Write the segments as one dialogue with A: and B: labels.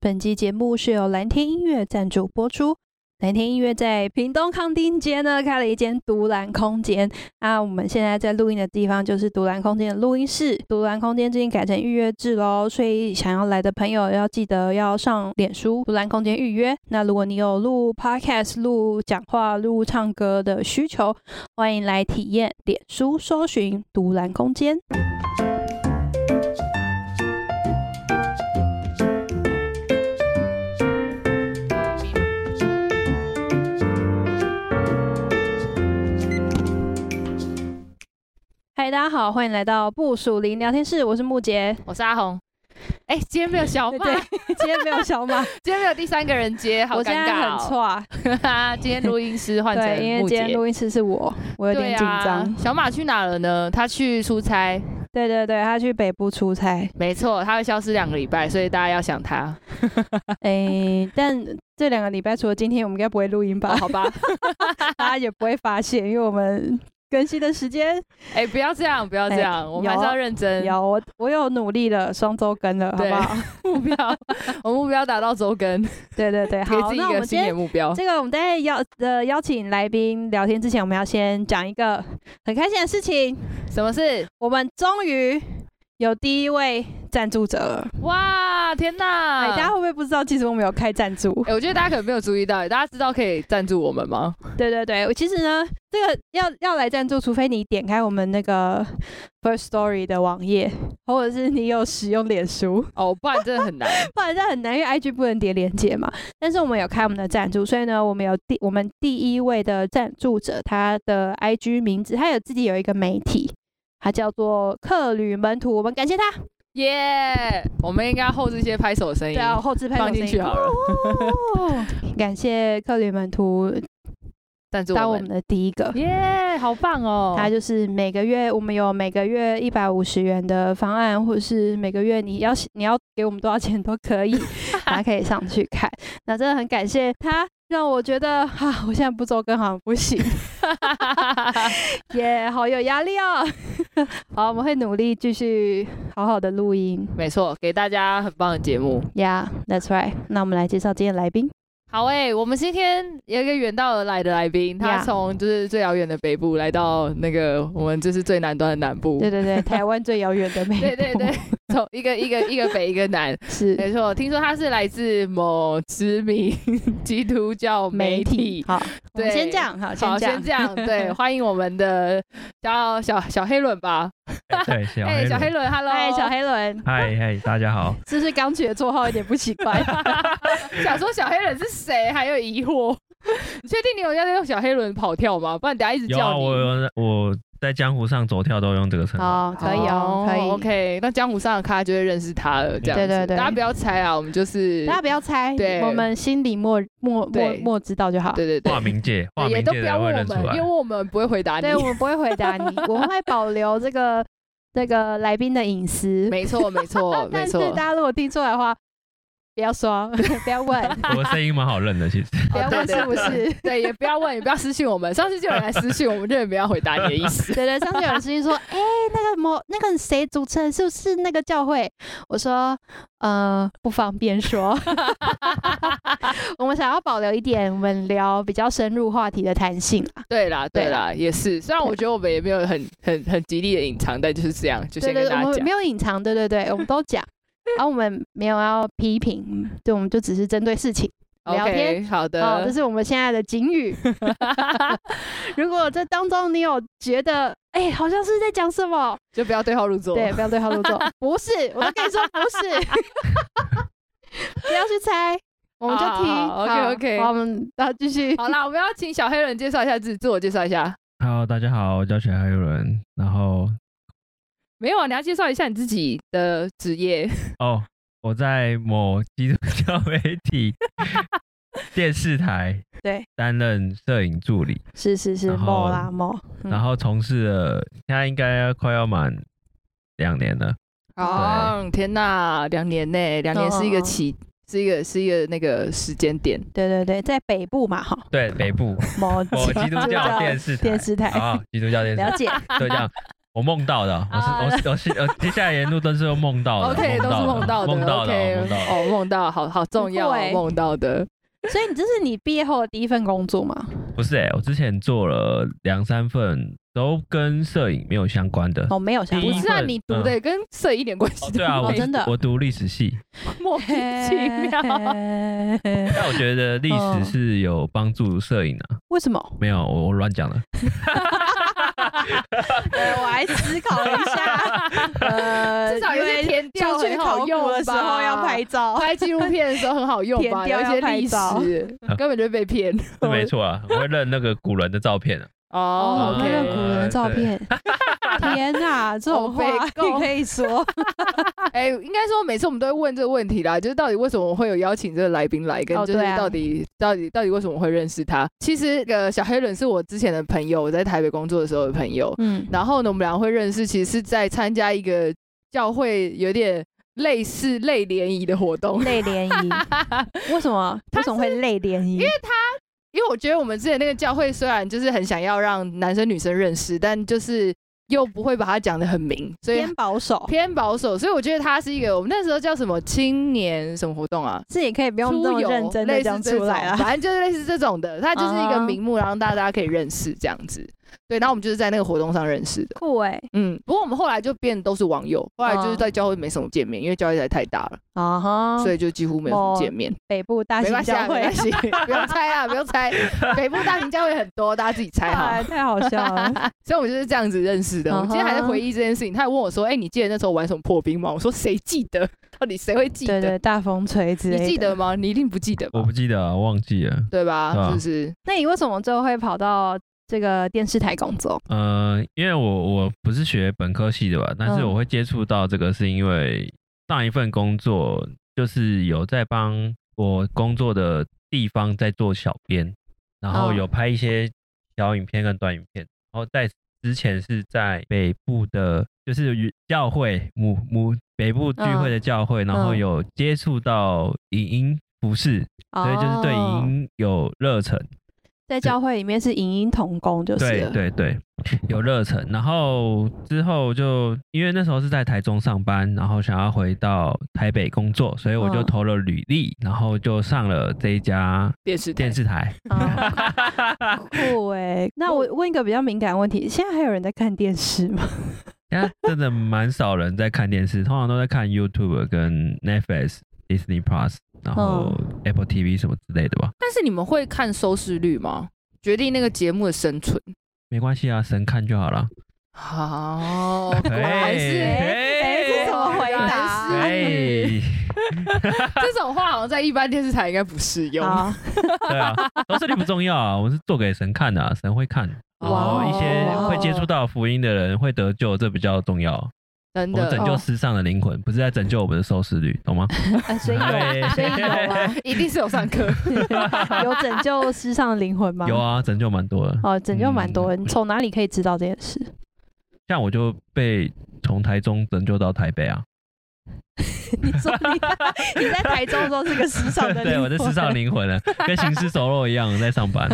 A: 本期节目是由蓝天音乐赞助播出。蓝天音乐在屏东康定街呢开了一间独蓝空间，那我们现在在录音的地方就是独蓝空间的录音室。独蓝空间最近改成预约制喽，所以想要来的朋友要记得要上脸书独蓝空间预约。那如果你有录 podcast、录讲话、录唱歌的需求，欢迎来体验。脸书搜寻独蓝空间。嗨，大家好，欢迎来到不属灵聊天室，我是木杰。
B: 我是阿红。哎、今天没有小马，
A: 对，今天没有小马，
B: 今天没有第三个人接，好
A: 我
B: 尴
A: 现在
B: 尬、
A: 很
B: 哦。
A: 错，
B: 今天录音师换成
A: 对，因为
B: 木
A: 今天
B: 姐。
A: 录音师是我，我有点紧张。
B: 啊。小马去哪了呢？他去出差，
A: 对对对，他去北部出 差，
B: 没错，他会消失两个礼拜，所以大家要想他。
A: 诶，但这两个礼拜除了今天，我们应该不会录音吧
B: 哦、？好吧，
A: 大家也不会发现，因为我们更新的时间
B: 哎、不要这样，不要这样，我们还是要认真。
A: 有我我有努力了，双周更了，好
B: 嗯对
A: 不好？
B: 目标，我们目标达到周更，给
A: 对对 对，好，
B: 自己
A: 那
B: 一
A: 我
B: 个
A: 们今
B: 新
A: 天
B: 年目标。
A: 这个我们在邀呃邀请来宾聊天之前，我们要先讲一个很开心的事情，
B: 什么事？
A: 我们终于有第一位赞助者
B: 啊
A: 了。
B: 哇，天
A: 哎、
B: 哪！
A: 大家会不会不知道？其实我们有开赞助。
B: 哎我觉得大家可能没有注意到，大家知道可以赞助我们吗？
A: 对对对，我其实呢，这个要要来赞助，除非你点开我们那个 First Story 的网页，或者是你有使用脸书，
B: 哦，不然真的很难。
A: 不然这很难，因为 IG 不能点连接嘛。但是我们有开我们的赞助，所以呢，我们有第我们第一位的赞助者，他的 IG 名字，他有自己有一个媒体，他叫做克吕门徒，我们感谢他。
B: 耶我们应该后置一些拍手的声音。
A: 对啊，我后置拍手
B: 放进去好了
A: 哦 感谢克吕门徒
B: 赞助
A: 当
B: 我
A: 我
B: 们
A: 们。的第一个。
B: 耶好棒哦！
A: 它就是每个月我们有每个月一百五十元的方案，或者是每个月你要你要给我们多少钱都可 以，大家可以上去看。那真的很感谢他，让我觉得啊，我现在不周更好像不 行，耶、好有压力 哦。好，我们会努力继续好好的录音。
B: 没错，给大家很棒的节目。
A: Yeah，that's right。那我们来介绍今天的来宾。
B: 好诶、我们今天有一个远道而来的来宾，他
A: Yeah
B: 从就是最遥远的北部来到那个我们就是最南端的南部。
A: 对对对，台湾最遥远的 美国。
B: 哦对对对，从一个一个一个北一个 南，
A: 是
B: 没错。听说他是来自某知名基督教媒
A: 媒
B: 体
A: 体。。好，我们
B: 对
A: 先这样，好，先这
B: 好，先
A: 样
B: 这。样。对，欢迎我们的叫小小黑轮吧。
C: 哎对，小黑
B: 哎，
C: 人，
B: 小黑轮，Hello，
A: 嗨，小 黑伦，
C: 嗨嗨，大家好，
A: 是不是刚取的绰号有点不奇怪？
B: 想说小黑人是谁，还有疑惑。你确定你有在用小黑人跑跳吗？不然等下一直
C: 有啊，
B: 叫你。
C: 我有我在江湖上走跳都用这个称
A: 好，
C: 号，
A: 可以哦，可以。
B: OK，那江湖上的咖就会认识他了，这样子。
A: 对对对
B: 大家不要猜啊，我们就是
A: 大家不要猜，
B: 对
A: 我们心里默默默
B: 对
A: 默知道就好。
B: 对对 对
C: 化，名界，化
B: 也
C: 名
B: 都
C: 界
B: 不
C: 的
B: 要
C: 人会
B: 问我
C: 认出
B: 们，因
C: 来
B: 为。我们不会回答你
A: 对，。我们不会回答你，我们会保留这个这个来宾的隐私。
B: 没错没错没
A: 但是
B: 错
A: 大，家如果听出来的话，不要说， 不要 问，
C: 我的声音蛮好认的，其实。
A: 不要问
B: 哦对对
A: 是不是？
B: 对，也不要问，也不要私信我们。上次就有人来私 信我们，就也不要回答你的意思。
A: 对对，上次有人私信说，哎、那个某那个谁主持人是不是那个教会？我说，呃，不方便 说。 我们想要保留一点我们聊比较深入话题的弹性啊。
B: 对啦对
A: 对
B: 啦，也是。虽然我觉得我们也没有很很很极力的隐藏，但就是这样，就
A: 对
B: 先
A: 对，
B: 跟
A: 对
B: 大
A: 我
B: 家
A: 们
B: 讲
A: 没。有隐藏，对对对，我们都 讲。然后我们没有要批评，对，我们就只是针对事情。聊
B: OK，
A: 天
B: 好的。
A: 好、这是我们现在的警 语。如果这当中你有觉得，哎、好像是在讲什么，
B: 就不要对号入座。
A: 对， 不要对号入座。不是，我都跟你说不是，不要去猜，我们就
B: 好
A: 听。
B: 哦好好，OK，OK
A: 好我们然后继续。
B: 好啦，我们要请小黑人介绍一下自己，自我介绍一下。
C: Hello，大家好，我叫小黑人，然后
B: 没有啊，你要介绍一下你自己的职 业。
C: 哦，我在某基督教媒 体电视台
A: 对
C: 担任摄影助理，
A: 是是是，
C: 然后
A: 某啦某。嗯
C: 然后从事了现在应该快要满两年了，
B: 哦，天哪，两年呢，两年是一个起，是一个是一个那个时间点。
A: 对对对，在北部嘛，哈，
C: 对，北部
A: 某
C: 某基督教电视台
A: 电视台，
C: 啊，基督教电视
A: 了
C: 台，
A: 解。
C: 就这样。我梦到的，我是
A: 啊
C: 我是我是我接下来沿路都是哦有梦到的，
B: 哦 OK，都是梦到的
C: 梦到的，
B: ，OK，
C: 梦到的。
B: 哦，梦到，好好重要
A: 很酷
B: 哦，
A: 欸
B: 梦到的，
A: 所以你这是你毕业后的第一份工作吗？
C: 不是哎，我之前做了两三份，都跟摄影没有相关的。
A: 哦，没有相
C: 第
B: 不
C: 一
A: 关
B: 是啊，
C: 份
B: 你读的也跟摄影一点关系
C: 嗯哦
B: 都
C: 对啊，
B: 没
C: 我
A: 哦真的
C: 我读历史系，
B: 莫名其妙。
A: 妙。
C: 但我觉得历史是有帮助摄影的。
A: 为什 么？
C: 没有，我我乱讲的。
B: 哎
A: 呃，我还思考了一 下，呃，
B: 至少有些填调
A: 出去
B: 很好
A: 考
B: 用
A: 古的时候
B: 吧
A: 要拍照，
B: 哦 拍纪录片的时候很好用吧？
A: 填掉
B: 有一
A: 要
B: 些
A: 拍
B: 历
A: 照
B: 史根本就被骗。
C: 是没错啊，我会认那个古人的照片啊。
A: 哦，
B: 哦
A: 看到
C: 对
A: 古
B: ，OK，
A: 人的照片，天哪，这种话
B: 好被
A: 你
B: 告
A: 可以说，
B: 哎，应该说每次我们都会问这个问题啦，就是到底为什么会有邀请这个来宾来，跟
A: 哦
B: 就是
A: 对啊
B: 到底到底到底为什么会认识他？其实，呃，小黑人是我之前的朋友，我在台北工作的时候的朋友。
A: 嗯，
B: 然后呢，我们俩会认识，其实是在参加一个教会有点类似类联谊的活动。
A: 泪涟漪， 为什么？为什么会泪涟漪？因为
B: 因为我觉得我们之前那个教会虽然就是很想要让男生女生认识，但就是又不会把它讲得很明，所以
A: 偏保守，
B: 偏保守。所以我觉得它是一个我们那时候叫什么青年什么活动啊？
A: 这也可以不
B: 不
A: 用这么认真的讲出来啊。
B: 反正就是类似这种的，它就是一
A: 啊
B: 个
A: 哈
B: 名目，然后大家可以认识这样子。对，然后我们就是在那个活动上认识的。
A: 酷哎，
B: 嗯，不过我们后来就变都是网友，后来
A: 嗯
B: 就是在教会没什么见面，因为教会实在太大了，
A: 啊哈
B: 所，以就几乎没有什么
A: 哦
B: 见面。
A: 北部大
B: 没
A: 型
B: 关系
A: 教
B: 啊，没
A: 会
B: 关。系，不用猜啊，不用 猜。北部大型教会很多，大家自己猜 好
A: 哎，
B: 了。
A: 太好笑了！
B: 所以我们就是这样子认识的。我们今天还在
A: 嗯哼
B: 回忆这件事情，他还问我说：“哎、你记得那时候玩什么破冰吗？”我说：“谁记得？到底谁会记
A: 对
B: 得？
A: 对，大风吹之类
B: 你
A: 的。
B: 记得？吗？你一定不记得
C: 我
B: 吧
C: 不？记得啊，忘记了。
B: 对吧？
C: 对啊
B: 是不是？
A: 那你为什么最后会跑到这个电视台工作？
C: 呃，因为我我不是学本科系的吧，但是
A: 嗯
C: 我会接触到这个，是因为上一份工作就是有在帮我工作的地方在做小编，然后
A: 哦
C: 有拍一些小影片跟短影片，然后在之前是在北部的，就是与教会母母北部聚会的教会，然后
A: 嗯
C: 有接触到影音服饰，所以就是对
A: 哦
C: 影音有热忱。
A: 在教会里面是影音童工，就是
C: 对
A: 了
C: 对对，有热忱。然后之后就因为那时候是在台中上班，然后想要回到台北工作，所以我就
A: 嗯
C: 投了履历，然后就上了这一家
B: 电视台
C: 电 视台。
A: 啊酷哎！ 那我问一个比较敏感的问题，现在还有人在看电视吗？
C: 现在真的蛮少人在看电视，通常都在看 YouTube 跟 Netflix、Disney Plus，然后
A: 嗯
C: Apple TV 什么之类的吧。
B: 但是你们会看收视率吗？决定那个节目的生存。
C: 没关系啊，神看就 好了。
B: 好，果
C: 哎
B: 然是。
A: 哎这是什么回答
B: 果然
C: 哎，
B: 是
C: 对
B: 这种话好像在一般电视台应该不适用。
A: 啊，
C: 啊，收视率不重要啊，我们是做给神看的、啊，神会看。然
A: 哇
C: 后
A: 哦
C: 一些会接触到福音的人会得救，这比较重要。
B: 真
C: 我们
B: 的
C: 拯救世上的灵魂，不是在拯救我们的收视率，懂吗？
A: 啊所以有
C: 对
A: 所以有 吗？
B: 一定是有上课。
A: 有拯救世上的灵魂吗？
C: 有。啊，拯救蛮多的。
A: 哦，拯救蛮多的，
C: 嗯
A: 你从哪里可以知道这件事？
C: 像我就被从台中拯救到台北啊。
A: 你说你在你在 台中的时候是个时尚的灵魂，
C: 对，我是世上灵魂了，跟行尸走肉一样在上班。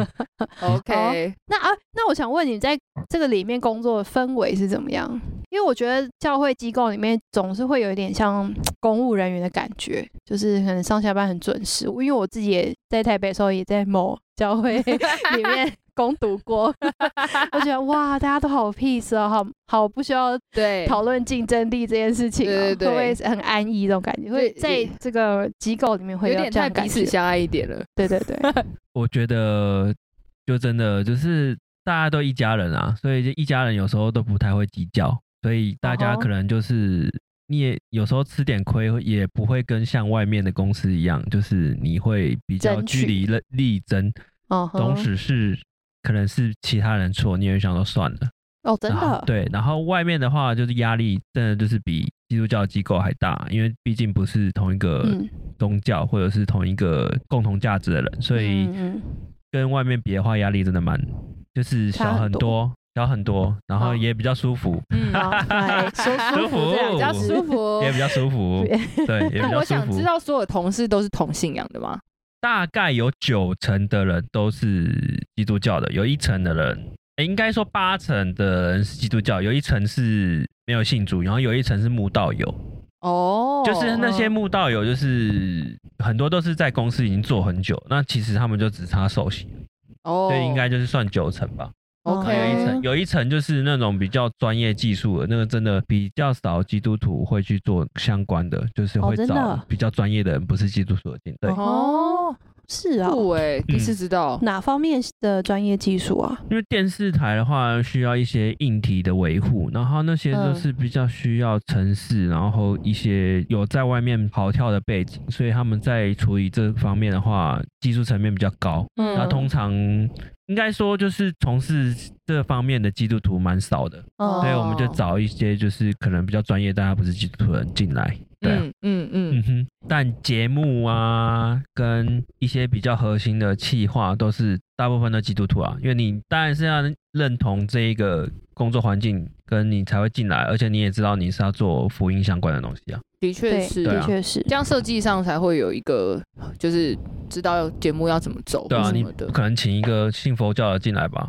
B: OK，
A: 那啊，那我想问你，在这个里面工作的氛围是怎么样？因为我觉得教会机构里面总是会有一点像公务人员的感觉，就是可能上下班很准时。因为我自己也在台北的时候，也在某 教会里 面攻读过， 我觉得哇，大家都好 peace 哦，好好不需要
B: 对，
A: 讨论竞争力这件事情、哦，
B: 对对
A: 会不会很安逸这种感觉？会
B: 对
A: 在这个机构里面会
B: 有
A: 这
B: 点
A: 样
B: 太
A: 的感
B: 彼
A: 觉
B: 此，相爱一点了。
A: 对对对，
C: 我觉得就真的就是大家都一家人啊，所以就一家人有时候都不太会计较，所以大家
A: 哦吼
C: 可能就是你也有时候吃点亏，也不会跟像外面的公司一样，就是你会比较
A: 争取
C: 据理力力争，
A: 哦、
C: 纵使是可能是其他人错，你也会想说算了。
A: 哦，真
C: 然后
A: 的，
C: 啊对，然后外面的话就是压力真的就是比基督教机构还大，因为毕竟不是同一个
A: 嗯，
C: 宗教或者是同一个共同价值的人，所以。
A: 嗯嗯
C: 跟外面比的话，压力真的蛮，就是
A: 差
C: 小
A: 很
C: 很
A: 多
C: 多，小很多，然后
A: 好
C: 也比较舒服，
B: 嗯
A: 然后哎舒 舒服这样，
B: 比较哦啊舒服
C: 哦也。比较舒服，对，也比
B: 那
C: 较
B: 我
C: 舒
B: 想知
C: 服。
B: 道，所有同事都是同信仰的吗？
C: 大概有九成的人都是基督教的，有一成的人诶应该说八成的人是基督教，有一层是没有信主，然后有一层是慕道友，
B: 哦，
C: 就是那些慕道友，就是很多都是在公司已经做很久，那其实他们就只差受洗，
B: 哦，
C: 所以应该就是算九成吧。
B: OK
C: 还有一层，
A: 嗯
C: 有一层就是那种比较专业技术的，那个真的比较少基督徒会去做相关的，就是
A: 哦
C: 会
A: 真的
C: 找比较专业的人，不是基督徒的进。对，嗯
B: 哦，
A: 是啊、
B: 酷哎，第一次知道，
A: 哪方面的专业技术啊？
C: 因为电视台的话需要一些硬体的维护，然后那些都
B: 嗯
C: 是比较需要城市，然后一些有在外面跑跳的背景，所以他们在处理这方面的话，技术层面比较高。
B: 嗯
C: 那通常应该说就是从事这方面的基督徒蛮少的。
A: 嗯，
C: 所以我们就
B: 哦
C: 找一些就是可能比较专业，但他不是基督徒的人进来。对啊、
B: 嗯嗯嗯
C: 嗯哼。但节目啊，跟一些比较核心的企划，都是大部分的基督徒啊，因为你当然是要认同这一个工作环境，跟你才会进来，而且你也知道你是要做福音相关的东西啊。
B: 的确
A: 对，
B: 是，
C: 对
A: 的
C: 啊
A: 确是
B: 这样设计上才会有一个，就是知道节目要怎么走，
C: 对啊，
B: 什
C: 你
B: 么的
C: 不。可能请一个信佛教的进来吧？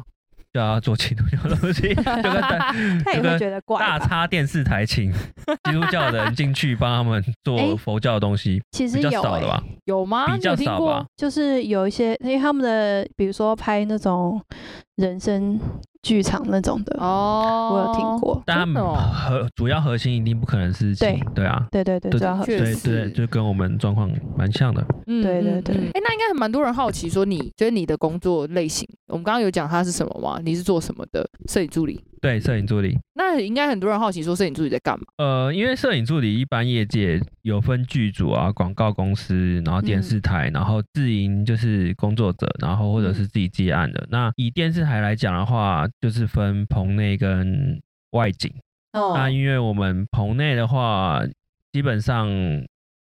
C: 叫他做基督教的东西，就 跟
B: 啊
C: 大
A: 他也
C: 这
A: 会
C: 个
A: 觉得怪
C: 大
A: 吧。
C: 叉电视台请基督教的人进去帮他们
A: 哎
C: 做佛教的东西，
A: 其实
C: 比较
A: 有、
C: 少的
A: 欸
C: 吧，？
B: 有吗？
C: 比较
B: 你有听
C: 少
B: 过
C: 吧？
A: 就是有一些，因为他们的比如说拍那种人生剧场那种的，
B: 哦，
A: 我有听。过。
C: 但他
B: 真的
C: 们
B: 哦
C: 核主要核心一定不可能是
A: 对
C: 请对啊，
A: 对对对，
C: 对
A: 主要
B: 确
C: 对
B: 实
C: 对，就跟我们状况蛮像的。
B: 嗯
A: 对对
B: 嗯
A: 对
B: 嗯哎、那应该蛮多人好奇，说你就是你的工作类型，我们刚刚有讲他是什么吗？你是做什么的？摄影助理。
C: 对，摄影助理，
B: 那应该很多人好奇，说摄影助理在干嘛？
C: 呃，因为摄影助理一般业界有分剧组啊、广告公司，然后电
B: 嗯
C: 视台，然后自营就是工作者，然后或者
B: 嗯
C: 是自己接案的。那以电视台来讲的话，就是分棚内跟外景。
A: 哦
C: 那因为我们棚内的话，基本上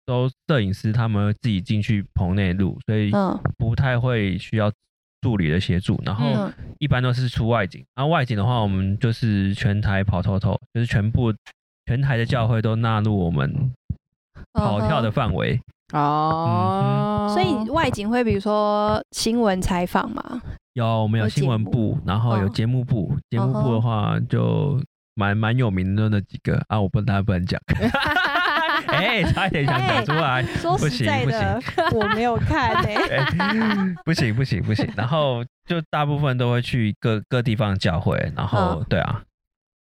C: 都摄影师他们会自己进去棚内录，所以
A: 嗯
C: 不太会需要助理的协助。然后
A: 嗯
C: 一般都是出外景。然后外景的话，我们就是全台跑透透，就是全部全台的教会都纳入我们跑跳的
A: 嗯
C: 范围。
B: 哦，
C: 嗯
A: 哼所以外景会比如说新闻采访嘛，
C: 有我们有
A: 有节
C: 新闻
A: 目
C: 部，然后有
A: 嗯
C: 节目部，节目部的
A: 嗯哼
C: 话就蛮蛮有名的那几个啊，我不当然 不能讲。 哎、差一点想讲出来。
A: 哎说
C: 不
A: 实
C: 行
A: 在
C: 不
A: 的， 我没有看欸诶、
C: 哎 不行不行不行，然后就大部分都会去各各地方的教会，然后、
A: 嗯
C: 对啊，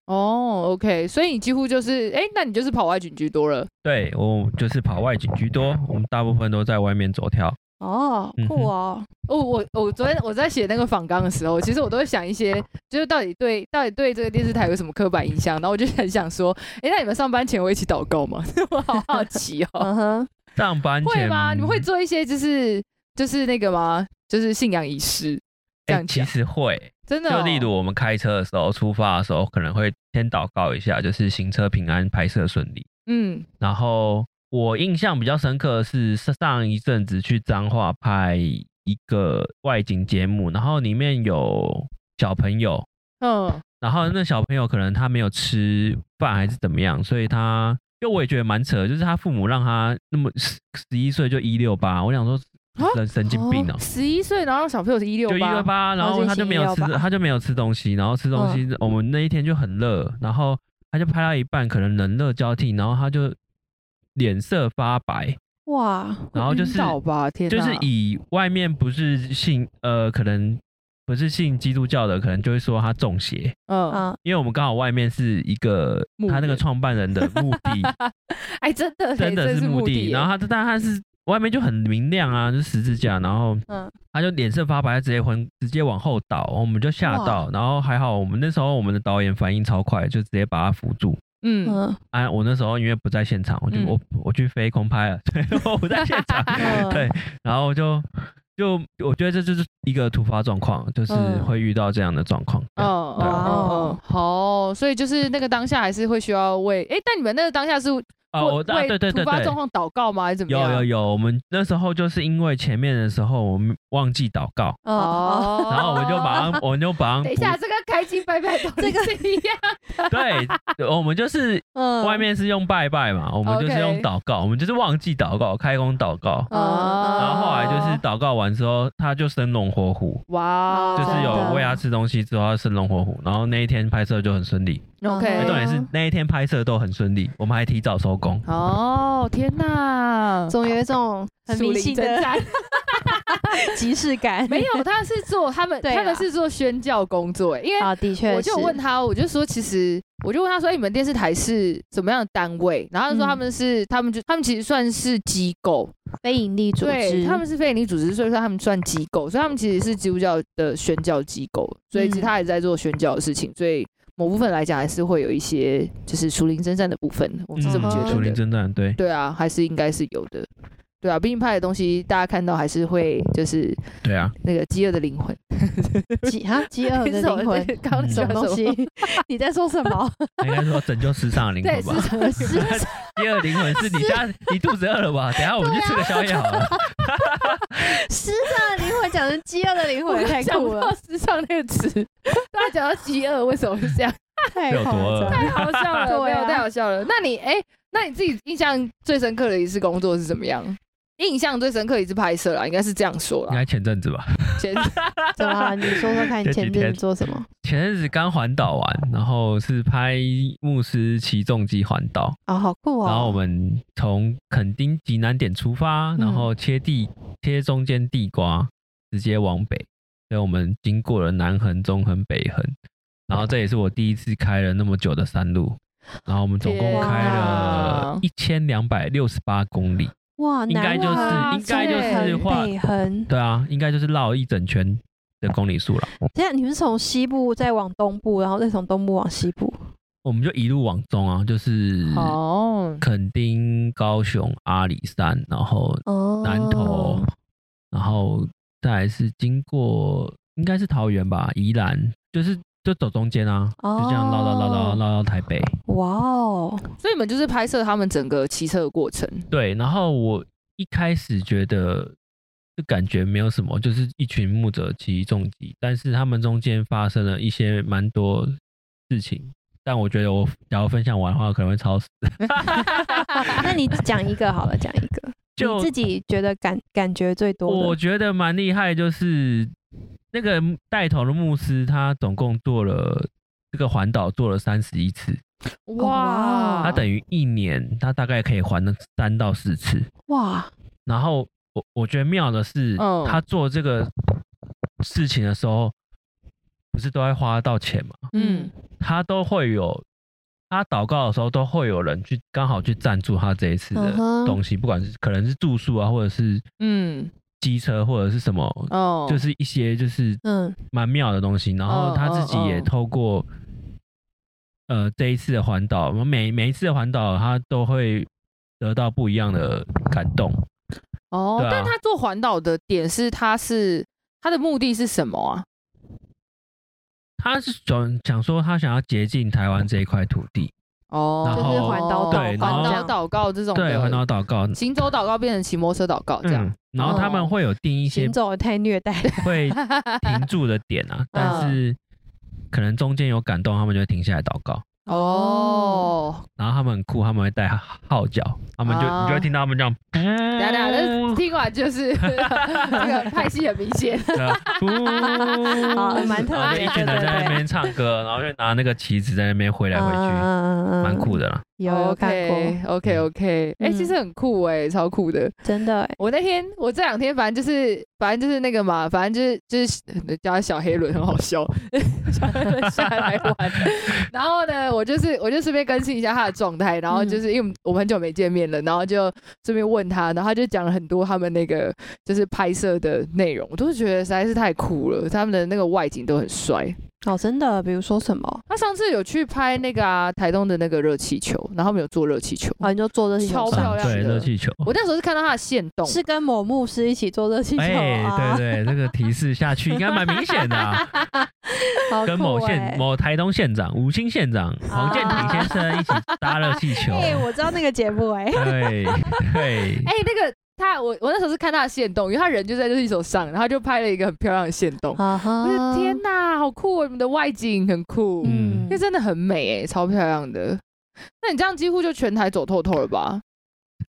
B: 哦，OK，所以你几乎就是，哎、那你就是跑外景居多了。
C: 对我就是跑外景居多，我们大部分都在外面走跳。
A: 哦，酷哦，
B: 哦，我我昨天我在写那个访纲的时候，其实我都会想一些，就是到底对到底对这个电视台有什么刻板印象，然后我就很想说，哎、那你们上班前会一起祷告吗？ 我好好奇哦，
A: 嗯哼，
C: 上班
B: 会
C: 前
B: 吗？你们会做一些就是就是那个吗？就是信仰仪式这
C: 哎
B: 样
C: 其
B: 讲，
C: 实会，
B: 真的、
C: 就
B: 哦，
C: 例如我们开车的时候，出发的时候可能会先祷告一下，就是行车平安、拍摄顺利。
B: 嗯，
C: 然后我印象比较深刻的是上一阵子去彰化拍一个外景节目，然后里面有小朋友，
B: 嗯
C: 然后那小朋友可能他没有吃饭还是怎么样，所以他就我也觉得蛮扯，就是他父母让他那么十十一岁就一六八，我想说
B: 啊
C: 神神经病哦、
B: 十一岁，然后小朋友是一六
C: 就一六
B: 八，
C: 八，然后他就没有吃
A: 然后就一起168，
C: 他就没有吃东西，然后吃东西，我们那一天就很热，然后他就拍到一半，可能冷热交替，然后他就脸色发白，
A: 哇，
C: 然后就是
B: 早吧，天哪，
C: 就是以外面不是信呃可能不是信基督教的，可能就会说他中邪，
B: 嗯，
A: 嗯，
C: 因为我们刚好外面是一个
B: 墓
C: 他那个
B: 园
C: 创办人的墓地，
B: 哎，真的
C: 真的
B: 是
C: 是墓
B: 地
C: 地，
B: 耶，
C: 然后他但他是外面就很明亮啊，就是十字架，然后
A: 嗯
C: 他就脸色发白，他直接昏，直接往后倒，我们就吓到，然后还好我们那时候我们的导演反应超快，就直接把他扶住。
B: 嗯，
A: 嗯
C: 啊，我那时候因为不在现场，我就、
B: 嗯，
C: 我我去飞空拍了，所以我不在现场
A: 嗯
C: 对，然后就就我觉得这就是一个突发状况，就是
A: 嗯
C: 会遇到这样的状况。
B: 嗯
C: 对
B: 哦
C: 对
A: 啊
B: 哦，好，所以就是那个当下还是会需要为，哎，但你们那个当下是
C: 啊，
B: 为
C: 我啊对
B: 为
C: 对对
B: 突发
C: 对
B: 状，况祷告吗？还是怎么
C: 有
B: 样？
C: 有有，我们那时候就是因为前面的时候我们忘记祷告，
A: 嗯，
B: 哦，
C: 然后我就马上，我就马 上
B: 等一
C: 补
B: 下，这个开机拜拜道理
A: 这个
B: 是一 样。
C: 对，我们就是
A: 嗯
C: 外面是用拜拜嘛，我们就是用
B: OK
C: 祷告，我们就是忘记祷告，开工祷告。
A: 哦
C: 然后后来就是祷告完之后，他就生龙活虎，
B: 哇，
C: 就是
A: 真的
C: 有喂
B: 哦
C: 他吃东西之后，他生龙活虎。然后那一天拍摄就很顺利，
A: 哎
C: 重
B: OK
A: 对。
C: 点是那一天拍摄都很顺利，我们还提早收工。
B: 哦，天哪！
A: 嗯总有一种很
B: 树
A: 迷
B: 林
A: 信
B: 征
A: 的
B: 战
A: 即视感。
B: 没有，他是做他们，
A: 对啊
B: 他们是做宣教工作，因为
A: 啊，的确是，
B: 我就问他，我就说，其实我就问他说，哎、你们电视台是怎么样的单位？然后他就说
A: 嗯
B: 他们是，他们就他们其实算是机构，
A: 非营利组织，
B: 对，他们是非营利组织，所以说他们算机构，所以他们其实是基督教的宣教机构，所以其实他也在做宣教的事情，所以某部分来讲还是会有一些就是属灵征战的部分，我是这么觉
A: 嗯
C: 楚
B: 得
C: 林
B: 的，
C: 真战，对，
B: 对啊，还是应该是有的。对啊，毕竟拍的东西，大家看到还是会就是
C: 对啊，
B: 那个饥饿的灵魂，
A: 饥啊饥饿的
B: 是我
A: 灵魂，
B: 刚刚
C: 嗯
A: 什
B: 讲
A: 么东西？ 你在说什么？
C: 应该说拯救世上的灵
B: 对，
C: 魂吧。
B: 是是
C: 第二灵魂是你家，你肚子饿了吧？等一下我们去吃个宵夜好了。
A: 失丧的灵魂讲成饥饿的灵
B: 我
A: 魂，太
B: 想
A: 酷
B: 不
A: 了
B: 到，时尚那个词， 大家讲到饥饿，为什么是这样？
A: 太
C: 有
A: 夸
C: 多饿
A: 张
B: 太
A: 了。
B: 好笑了，
A: 对
B: 没
A: 啊
B: 有太好笑了。那你哎、那你自己印象最深刻的一次工作是怎么样？印象最深刻一次拍摄啦，应该是这样说
C: 应
B: 啦。
C: 该嗯前阵子吧，
B: 前
A: 怎么啊啦？你说说看，你
C: 这几
A: 前阵
C: 天
A: 子做什么？
C: 前阵子刚环岛完，然后是拍牧师骑重机环岛，
A: 啊，好酷哦！
C: 然后我们从垦丁极南点出发，然后切地切中间地瓜，直接往北，所以我们经过了南横、中横、北横，然后这也是我第一次开了那么久的山路，然后我们总共开了一千两百六十八公里，
A: 哇，啊
C: 应该
A: 南
C: 就是
A: 横
C: 应该就是
A: 中横
C: 画
A: 北横。
C: 对啊，应该就是绕一整圈的公里数了，
A: 现在你们是从西部再往东部，然后再从东部往西部。
C: 我们就一路往中啊，就是
B: 哦，
C: 垦丁、高雄、阿里山，然后
A: 哦，
C: 南投，然后再来是经过应该是桃园吧，宜兰，就是就走中间啊，
A: 哦
C: 就这样绕绕绕绕绕到台北。
A: 哇 哦，
B: 所以你们就是拍摄他们整个骑车的过 程。
C: 对，然后我一开始觉得就感觉没有什么，就是一群牧者骑重机，但是他们中间发生了一些蛮多事情。但我觉得我假如分享完的话，可能会超时。
A: 那你讲一个好了，讲一个，
C: 就
A: 你自己觉得感感觉最多
C: 我
A: 的。
C: 觉得蛮厉害，就是那个带头的牧师，他总共做了这个环岛做了三十一次，
A: 哇
C: 他等于一年，他大概可以环了三到四次。
A: 哇，
C: 然后我我觉得妙的是，
B: 嗯
C: 他做这个事情的时候，不是都会花到钱嘛？
B: 嗯，
C: 他都会有，他祷告的时候都会有人去刚好去赞助他这一次的
A: 嗯哼
C: 东西，不管是可能是住宿啊，或者是
B: 嗯
C: 机车，或者是什么，
B: 哦，
C: 就是一些就是
A: 嗯，
C: 蛮妙的东西。然后他自己也透过呃这一次的环岛，每每一次的环岛，他都会得到不一样的感动。
B: 哦，
C: 对啊
B: 但他做环岛的点是他是他的目的是什么啊？
C: 他是想想说，他想要竭尽台湾这一块土地，
B: 哦，
C: 然后就是
A: 环岛
C: 对然后
B: 环岛祷告这种的
C: 对，环岛祷告，
B: 行走祷告变成骑摩托车祷告这样。
C: 嗯，然后他
A: 哦
C: 们会有定一些
A: 行走得太虐待了，
C: 会停住的点 啊，
A: 嗯
C: 但是可能中间有感动，他们就会停下来祷告。
B: 哦，
C: 然后他们很酷，他们会带号角，他们就、
B: 哦
C: 你就会听到他们这样，
B: 等一下等一下，
C: 嗯
B: 但是听完就是 这个拍戏很明显，
C: 对
A: 好蛮特
C: 啊然后
A: 别
C: 就一
A: 的
C: 群人在那边唱歌，然后就拿那个旗子在那边挥来挥去，
A: 嗯
C: 蛮酷。的啦。
A: 有有看过，
B: OK OK，哎、
A: 嗯
B: 其实很酷哎、超酷的。
A: 真的欸
B: 我那天我这两天反正就是反正就是那个嘛，反正就是就是叫他小黑轮很好笑， 小黑轮下来玩。然后呢，我就是我就顺便更新一下他的状态，然后就是因为我们我们很久没见面了，然后就顺便问他，然后他就讲了很多他们那个就是拍摄的内容，我都是觉得实在是太酷了，他们的那个外景都很帅。
A: 哦，真的，比如说什么？
B: 他上次有去拍那个啊台东的那个热气球，然后没有做热气球。
A: 哦，你就做热气球
B: 超
A: 上，
B: 漂亮
C: 对，
B: 的
C: 热气球。
B: 我那时候是看到他的线动，
A: 是跟某牧师一起做热气球
C: 哎，
A: 啊？
C: 对对，这个提示下去应该蛮明显的啊、
A: 好
C: 跟
A: 酷
C: 某
A: 欸哦
C: 县某台东县长、五星县长黄建庭先 生一起搭热气球。
A: 哎、我知道那个节目哎、
C: 对对，
B: 哎、那个他他我我那时候是看他的线动，因为他人就在这一手上，然后他就拍了一个很漂亮的线
C: 哦
B: 动。
A: 啊
B: 我
A: 哈
B: 就天哪，好酷哦！你们的外景很酷，
C: 嗯
B: 那、真的很美诶、超漂亮的。那你这样几乎就全台走透透了吧？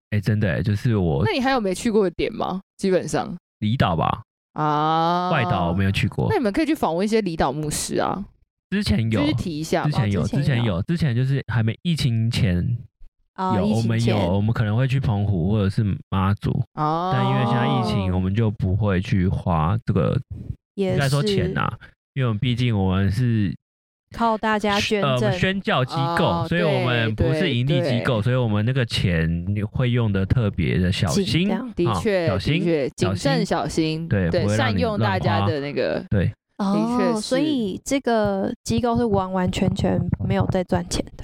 C: 哎，真的哎，就是我
B: 那你还有没去过的点吗？基本上
C: 离岛吧，
B: 啊，
C: 外岛我没有去过
B: 那，你们可以去访问一些离岛牧师啊，
C: 之前有
B: 就，去提一下
C: 之
B: 嘛。
C: 前有，
A: 之前
C: 之前
A: 有
C: 有，之前就是还没疫情前
A: 啊
C: 有，我们有，我们可能会去澎湖或者是马祖，
B: 哦，
C: 但因为现在疫情，我们就不会去花这个，
A: 也
C: 应该说啊钱呐、因为我们毕竟我们是
A: 靠大家捐
C: 呃我
A: 赠
C: 们，宣教机构，
B: 哦
C: 所以我们
B: 对
C: 不是盈利
B: 对
C: 机构，所以我们那个钱会用的特别的小
A: 谨
C: 心
A: 这，样
B: 的
C: 啊
B: 确，
C: 小
B: 的
C: 心
B: 确
C: 小
B: 谨慎
C: 心
B: 小心，
C: 对不会让
B: 善
C: 你
B: 用
C: 乱
B: 大家
C: 花
B: 的那个，
C: 对，
B: 确
A: 哦，所
B: 是
A: 以这个机构是完完全全没有在赚钱的，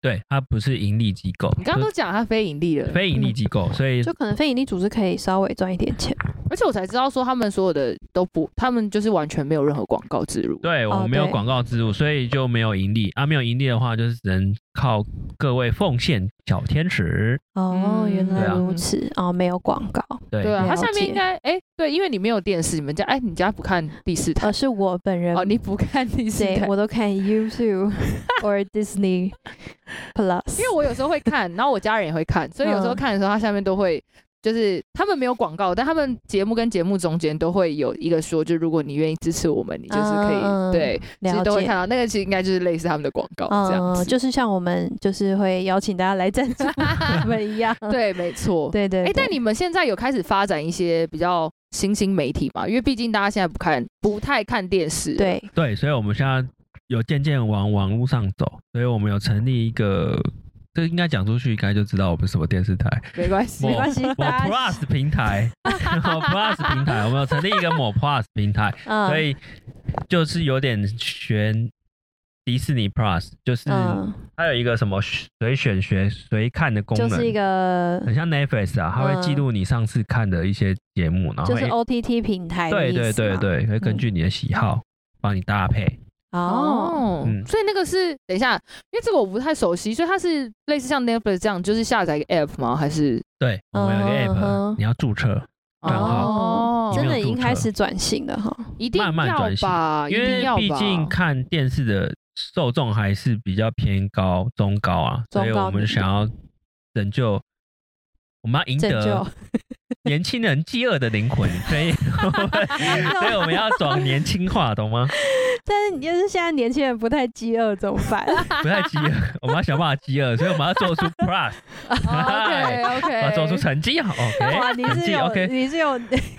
C: 对，它不是盈利机构，
B: 你刚刚都嗯讲他非盈利了
C: 就，非盈利机构，所以
A: 就可能非营利组织可以稍微赚一点钱。
B: 而且我才知道说他们所有的都不，他们就是完全没有任何广告植入。
C: 对我
A: 哦
C: 们没有
A: 对
C: 广告植入，所以就没有盈利啊，没有盈利的话，就是只能靠各位奉献小天使，
A: 哦，原
B: 嗯
A: 来
C: 对啊
A: 如此哦，没有广告，
C: 对
B: 对啊，它
A: 了
B: 下面
A: 解
B: 应该哎、对，因为你没有电视，你们家哎、你家不看第四台
A: 而是我本人
B: 哦，你不看第四
A: 对
B: 台，
A: 我都看 YouTube or Disney Plus，
B: 因为我有时候会看，然后我家人也会看，所以有时候
A: 嗯
B: 看的时候，它下面都会就是他们没有广告，但他们节目跟节目中间都会有一个说，就如果你愿意支持我们，你就是可以、
A: 嗯嗯嗯
B: 对，其实
A: 了
B: 都会
A: 解
B: 看。到那个，其实应该就是类似他们的广告这样子。
A: 嗯，就是像我们就是会邀请大家来赞助我们一样，
B: 对，没错。
A: 对对。
B: 哎、
A: 对
B: 但你们现在有开始发展一些比较新兴媒体嘛？因为毕竟大家现在不看，不太看电视。，
A: 对
C: 对，所以我们现在有渐渐往网络上走，所以我们有成立一个，这应该讲出去应该就知道我们什么电视台，
B: 没关
C: 哦
B: 系。
A: 没关系，
C: 我
A: 大家
C: Plus 平台，我 Plus 平台，我们有成立一个某 Plus 平台，
A: 嗯
C: 所以就是有点选迪士尼 Plus，就是
A: 嗯，
C: 它有一个什么随选学随看的功
A: 就
C: 能，
A: 是一个嗯
C: 很像 Netflix 啊，它会记录你上次看的一些节目，然后
A: 就
C: 会
A: 是 OTT 平台的
C: 对
A: 意
C: 对
A: 思
C: 对
A: 嘛
C: 对，会根据你的喜好帮你搭配。
A: 哦，
B: 哦，
C: 嗯
B: 所以那个是等一下，因为这个我不太熟悉，所以它是类似像 Netflix 这样，就是下载一个 app 吗？还是
C: 对，我们有一个
A: 嗯哼
C: app，、
A: 哼
C: 你要注册，账号
B: 哦，
A: 真
C: 没
A: 的
C: 有
A: 已
C: 注
A: 经开
C: 册
A: 始转型了哈。
B: 一定
C: 慢慢
B: 要
C: 转型
B: 吧，啊一
C: 因
B: 定
C: 为
B: 要吧。
C: 毕竟看电视的受众还是比较偏高、中高啊，
A: 中高
C: 所以我们想要拯救，我们要赢
A: 拯
C: 得
A: 救
C: 年轻人饥饿的灵魂，所以 所以我们要走年轻化，懂吗？
A: 但是你就是现在年轻人不太饥饿怎么 办？
C: 不太饥饿，我们要想办法饥饿，所以我们要做出 plus，
B: OK
C: 我
B: 哦 OK，
C: 要做出成绩好
A: 哇，
C: ，OK，
A: 你
C: 成
A: 是
C: 绩
A: 有
C: 哎 OK，
A: 你是 有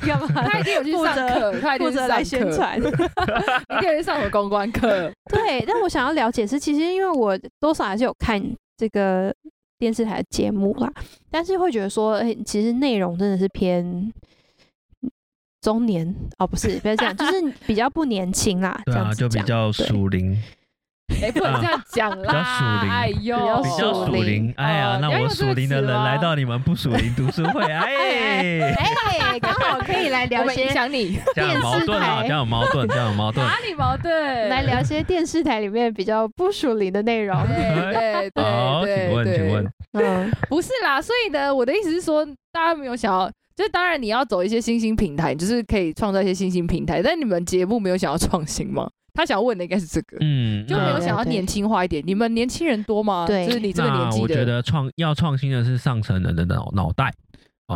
A: 干嘛？
B: 他一定有去
A: 负
B: 上
A: 责
B: 课，他一定
A: 负
B: 是
A: 责
B: 上
A: 来宣
B: 课，
A: 传。
B: 一定有去上什么公关 课。
A: 对，但我想要了解是，其实因为我多少还是有看这个电视台的节目啦，但是会觉得说，哎、其实内容真的是偏中年哦，不是，不要这样，就是比较不年轻啦，
C: 对
A: 这
C: 啊，
A: 样子
C: 就比
A: 讲
C: 较
A: 对
C: 属灵，
B: 哎、不能
C: 啊
B: 这样讲
C: 比较属
B: 啦！
C: 灵
B: 哎呦，
A: 比
C: 比较
A: 属
C: 属
A: 灵
C: 灵。哎呀
B: 哦，
C: 那
B: 要用
C: 我
B: 这个
C: 属灵的
B: 词
C: 人
B: 吗
C: 来到你们不属灵读书会，哎，
A: 哎，刚好可以来
B: 我
A: 聊
B: 们影
A: 些
B: 响你，
C: 这样有矛盾啊，这样有矛盾，这样有 矛盾。
B: 哪里矛盾？
A: 来聊些电视台里面比较不属灵的内容。
B: 对对
C: 哎好，
B: 对
C: 请
B: 对
C: 问，
B: 对，
C: 请问，
A: 嗯，
B: 不是啦，所以呢，我的意思是说，大家没有想要，就是当然你要走一些新兴平台，就是可以创造一些新兴平台，但你们节目没有想要创新吗？ 他想问的应该是这个，
C: 嗯，
B: 就没有
C: 那
B: 想要年轻化一点。你们年轻人多吗？
A: 对
B: 就是你这个年
C: 那
B: 纪
C: 啊我觉
B: 的，
C: 得创要创新的是上层人的脑脑袋。哦，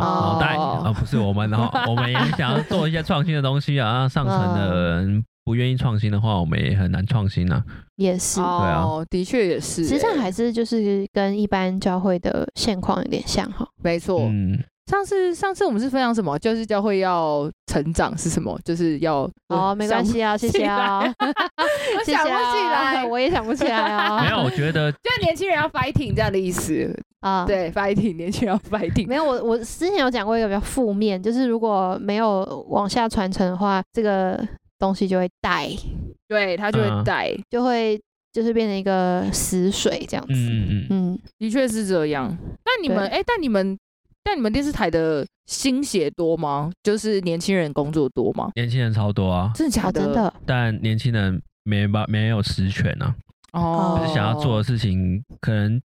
A: 哦
C: 脑袋啊，不是我们 哦，我们也想要做一些创新的东西啊。上层的人不愿意创新的话，我们也很难创新啊。
A: 也是。
C: 对啊
B: 哦，的确也是、
A: 实际上
B: 欸
A: 还是就是跟一般教会的现况有点像哈。
B: 没错。
C: 嗯，
B: 上次上次我们是分享什么？就是教会要成长是什么？就是要呃
A: 哦，没关，系啊，谢 谢啊，
B: 我
A: 谢谢
B: 想不
A: 啊
B: 起来，
A: 我也想不起来啊。
C: 没有，我觉得
B: 就年轻人要 fighting 这样的意思。
A: 啊，，
B: 对，fighting 年轻人要 fighting。
A: 没有我我之前有讲过一个比较负面，就是如果没有往下传承的话，这个东西就会带，
B: 对他就会
C: 嗯
B: 带，
A: 就会就是变成一个死水这样子。嗯
C: 嗯嗯嗯，
B: 的确是这样。但你们
A: 对
B: 哎、但你们但你们电视台的新血多吗？就是年轻人工作多吗？
C: 年轻人超多啊，
B: 真的假
A: 哦，
B: 的？
A: 真的
C: 但年轻人没办没有实权啊，
B: 哦，
C: 就是想要做的事情可能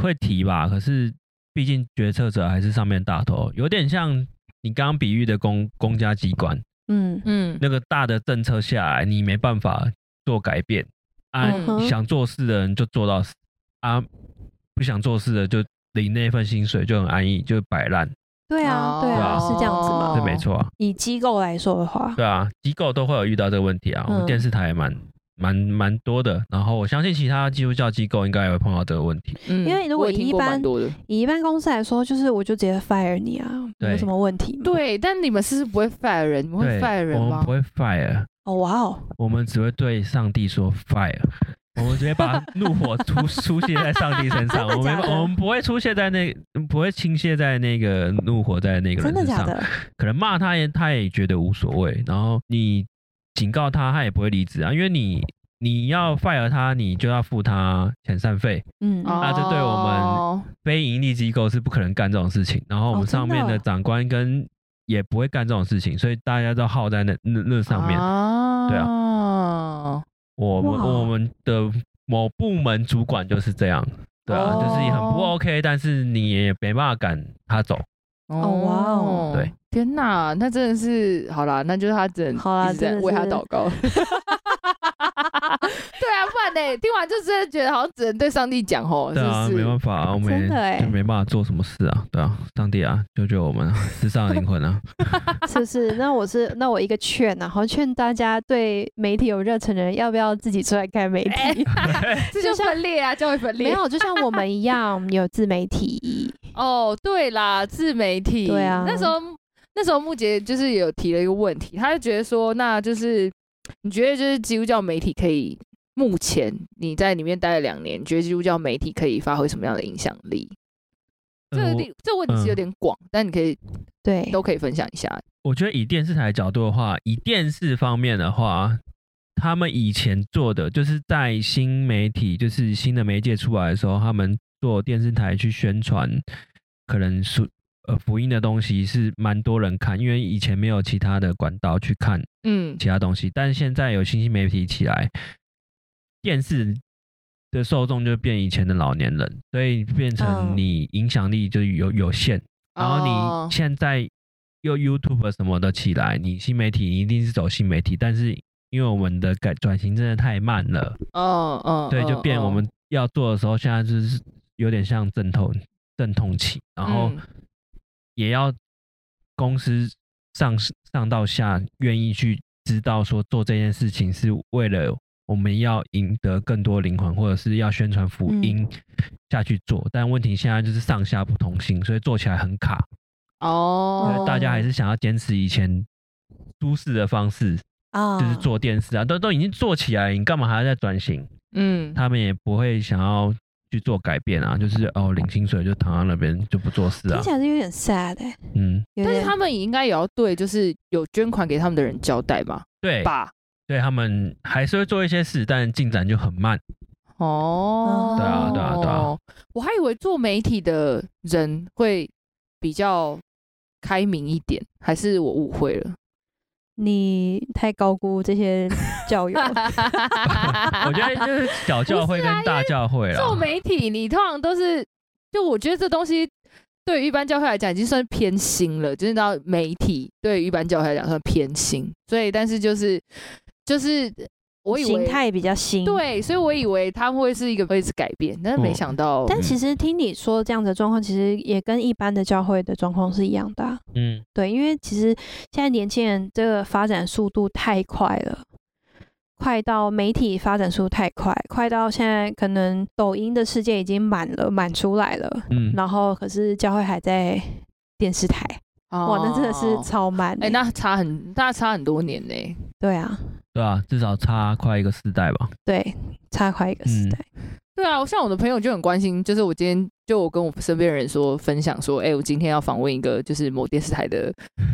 C: 会提吧，可是毕竟决策者还是上面的大头，有点像你刚刚比喻的公公家机关，
A: 嗯
B: 嗯，
C: 那个大的政策下来，你没办法做改变，啊，
B: 嗯
A: 哼
C: 想做事的人就做到死，啊，不想做事的就领那份薪水就很安逸，就摆烂，
A: 对啊，对啊，
C: 哦
A: 是这样子嘛
B: 哦。
C: 这没错啊，
A: 以机构来说的话，
C: 对啊，机构都会有遇到这个问题啊，我们
A: 嗯
C: 电视台也蛮蛮蛮多的，然后我相信其他基督教机构应该也会碰到这个问题，
B: 嗯
A: 因为如果
B: 我也听
A: 一
B: 过
A: 般
B: 蛮多的，
A: 以一般公司来说，就是我就直接 fire 你啊，
C: 对
A: 有什么问题吗？，
B: 对，但你们是不是不会 fire 人，你们会
C: 对
B: fire 人
C: 我们
B: 吗
C: 不？会 fire，
A: 哦哇哦，
C: 我们只会对上帝说 fire。我们直接把怒火出出现在上帝身上，我
A: 真的
C: 们
A: 假的
C: 我们不会出现在那，不会倾泻在那个怒火在那个
A: 真
C: 人
A: 的
C: 身
A: 假
C: 上。
A: 的？
C: 可能骂他也他也觉得无所谓，然后你警告他他也不会离职啊，因为你你要 fire 他，你就要付他遣散费，
A: 嗯，
B: 哦
C: 啊那就对我们非盈利机构是不可能干这种事情，然后我
A: 哦
C: 们
A: 真的
C: 上面的长官跟也不会干这种事情，所以大家都耗在那那那上面。
B: 啊
C: 对
B: 啊，
C: 我们
A: 哇
C: 我们的某部门主管就是这样，对啊，
B: 哦
C: 就是也很不 OK，但是你也没办法赶他走。
A: 哦哇哦
C: 对，
B: 天哪，那真的是好啦，那就是他只能
A: 好啦
B: 一直在
A: 真的是
B: 为他祷告。 对啊，不然呢？听完就真的觉得好像只能对上帝讲哦，
C: 对啊，
B: 是不
C: 没
B: 是？
C: 办法啊，我们
A: 真的
C: 也
A: 欸
C: 就没办法做什么事啊，对啊，上帝啊，救救我们啊， 世上的灵魂啊，
A: 是不是？那我是那我一个劝啊，然后劝大家对媒体有热忱的人，要不要自己出来开媒 体？
B: 这就分裂啊，教会分
A: 哎没
B: 裂。
A: 有，就像我们一样，我们有自媒体。
B: 哦，对啦，自媒体。
A: 对啊
B: 那时候那时候木杰就是有提了一个问题，他就觉得说，那就是你觉得就是基督教媒体可以，目前你在里面待了两年，你觉得基督教媒体可以发挥什么样的影响力？这
C: 呃
B: 个
C: 我
B: 地这个问题是有点广，但你可以
A: 对，
B: 都可以分享一下。
C: 我觉得以电视台角度的话，以电视方面的话，他们以前做的就是在新媒体，就是新的媒介出来的时候，他们做电视台去宣传，可能是呃福音的东西是蛮多人看，因为以前没有其他的管道去看
B: 嗯，
C: 其他东西，但是现在有新兴媒体起来，电视的受众就变以前的老年人，所以变成
A: 嗯
C: 你影响力就有有限。然后
B: 哦
C: 你现在又 YouTube 什么的起来，你新媒体一定是走新媒体，但是因为我们的改转型真的太慢了，
B: 哦哦，
C: 对，就
B: 嗯
C: 变我们要做的时候，现在就是有点像阵痛阵痛期，然后
B: 嗯
C: 也要公司上上到下愿意去知道说做这件事情是为了。我们要赢得更多灵魂，或者是要宣传福
B: 嗯
C: 音下去做，但问题现在就是上下不同心，所以做起来很卡。
B: 哦
A: 对，
C: 大家还是想要坚持以前都市的方式，
A: 啊，
C: 就是做电视啊，都都已经做起来，你干嘛还要再转型？
B: 嗯，
C: 他们也不会想要去做改变啊，就是哦领薪水就躺在那边就不做事啊
A: 听起，来是有点 sad 哎、
C: 嗯，
A: 有
B: 但是
A: 点
B: 他们也应该也要对就是有捐款给他们的人交代吧？
C: 对，
B: 吧？
C: 对他们还是会做一些事，但进展就很慢。
B: 哦，
A: 对啊
C: 对啊对啊，
B: 我还以为做媒体的人会比较开明一点，还是我误会了？
A: 你太高估这些教 友了。
B: 啊
C: 我觉得 就是小教会跟大教会啦，
B: 做媒体，你通常都是，就我觉得这东西对于一般教会来讲已经算偏心了，就是到媒体对于一般教会来讲算偏心，所以但是就是就是我以
A: 形
B: 为
A: 态比较新。，
B: 对，所以我以为他们会是一个会是改变，但是没
C: 嗯
B: 想到，
A: 但其实听你说这样的状况，其实也跟一般的教会的状况是一样的啊、
C: 嗯，
A: 对，因为其实现在年轻人这个发展速度太快了，快到媒体发展速度太快，快到现在可能抖音的世界已经满了，满出来了，
C: 嗯，
A: 然后可是教会还在电视台，哇，那真的是
B: 哦
A: 超慢欸、
B: 哎、那差很，那差很多年呢、
A: 对啊，
C: 对啊，至少差快一个世代吧。
A: 对，差快一个时
C: 嗯
A: 代。
B: 对啊，像我的朋友就很关心，就是我今天就我跟我身边的人说分享说，哎、我今天要访问一个就是某电视台的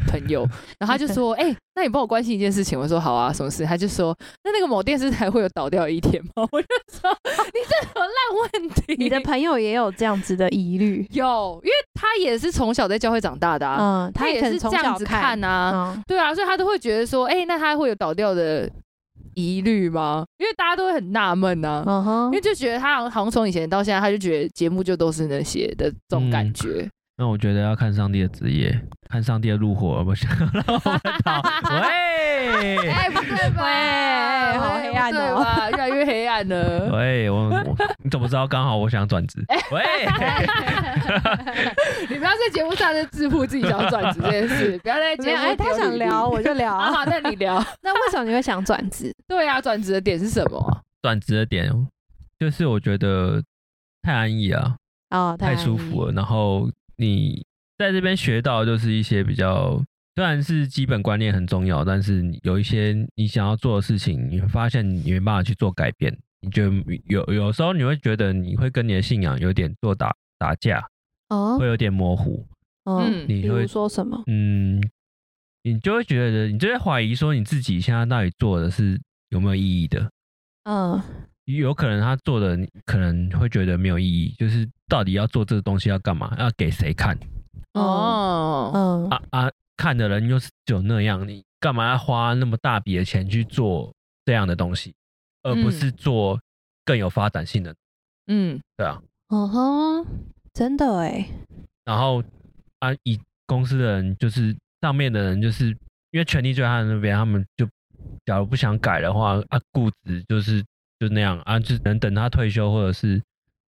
B: 朋 友，然后他就说，哎、那你帮我关心一件事情，我说好啊，什么事？他就说，那那个某电视台会有倒掉的一天吗？ 我就说，你这什么烂问题？
A: 你的朋友也有这样子的疑虑，
B: 有，因为他也是从小在教会长大的 啊，
A: 嗯，
B: 他
A: 也
B: 也
A: 可能
B: 是这
A: 从
B: 样
A: 小
B: 子
A: 看
B: 啊，
A: 嗯，
B: 对啊，所以他都会觉得说，哎、那他会有倒掉的疑虑吗？因为大家都会很纳闷呐，
A: 嗯
B: 因为
A: 哼，
B: 就觉得他好像好像从以前到现在，他就觉得节目就都是那些的这
A: 嗯
B: 种感觉。
C: 那我觉得要看上帝的职业，看上帝的入伙，不是让我们讨 喂
B: 哎、不对吧？
A: 喂好黑暗哦
B: 哎不对吧，越来越黑暗 了。
C: 喂，我我你怎么知道刚好我想 转职？
B: 哎
C: 喂，
B: 你不要在节目上就自曝自己想要转职这 件事，不要在
A: 没
B: 节
A: 有，
B: 目
A: 哎，他
B: 丢
A: 想
B: 履历
A: 聊我就
B: 啊，
A: 聊。
B: 好，那你聊。
A: 那为什么你会想转职？
B: 对啊，转职的点是什么？
C: 转职的点就是我觉得太安逸啊，
A: 哦，
C: 太舒服
A: 了。
C: 了。然后你在这边学到的就是一些比较，虽然是基本观念很重要，但是你有一些你想要做的事情，你会发现你没办法去做改变。你觉得有有时候你会觉得你会跟你的信仰有点做打打架，
A: 哦
C: 会，有点模糊。
A: 嗯，
B: 嗯，
C: 你
A: 比
C: 会
A: 如说什么？
C: 嗯，你就会觉得你就会怀疑说你自己现在到底做的是有没有意义的。
A: 嗯，
C: 有可能他做的你可能会觉得没有意义，就是到底要做这个东西要干嘛，要给谁看？
A: 哦，
B: 哦，
A: 嗯，
C: 啊啊，看的人又是只有那样，你干嘛要花那么大笔的钱去做这样的东西，而不是做更有发展性的？
B: 嗯，
C: 对啊。
A: 嗯哼，真的哎，
C: 然后啊，以公司的人就是上面的人，就是因为权力就在他们那边，他们就假如不想改的话，啊，固执就是就那样啊，就只能等他退休或者是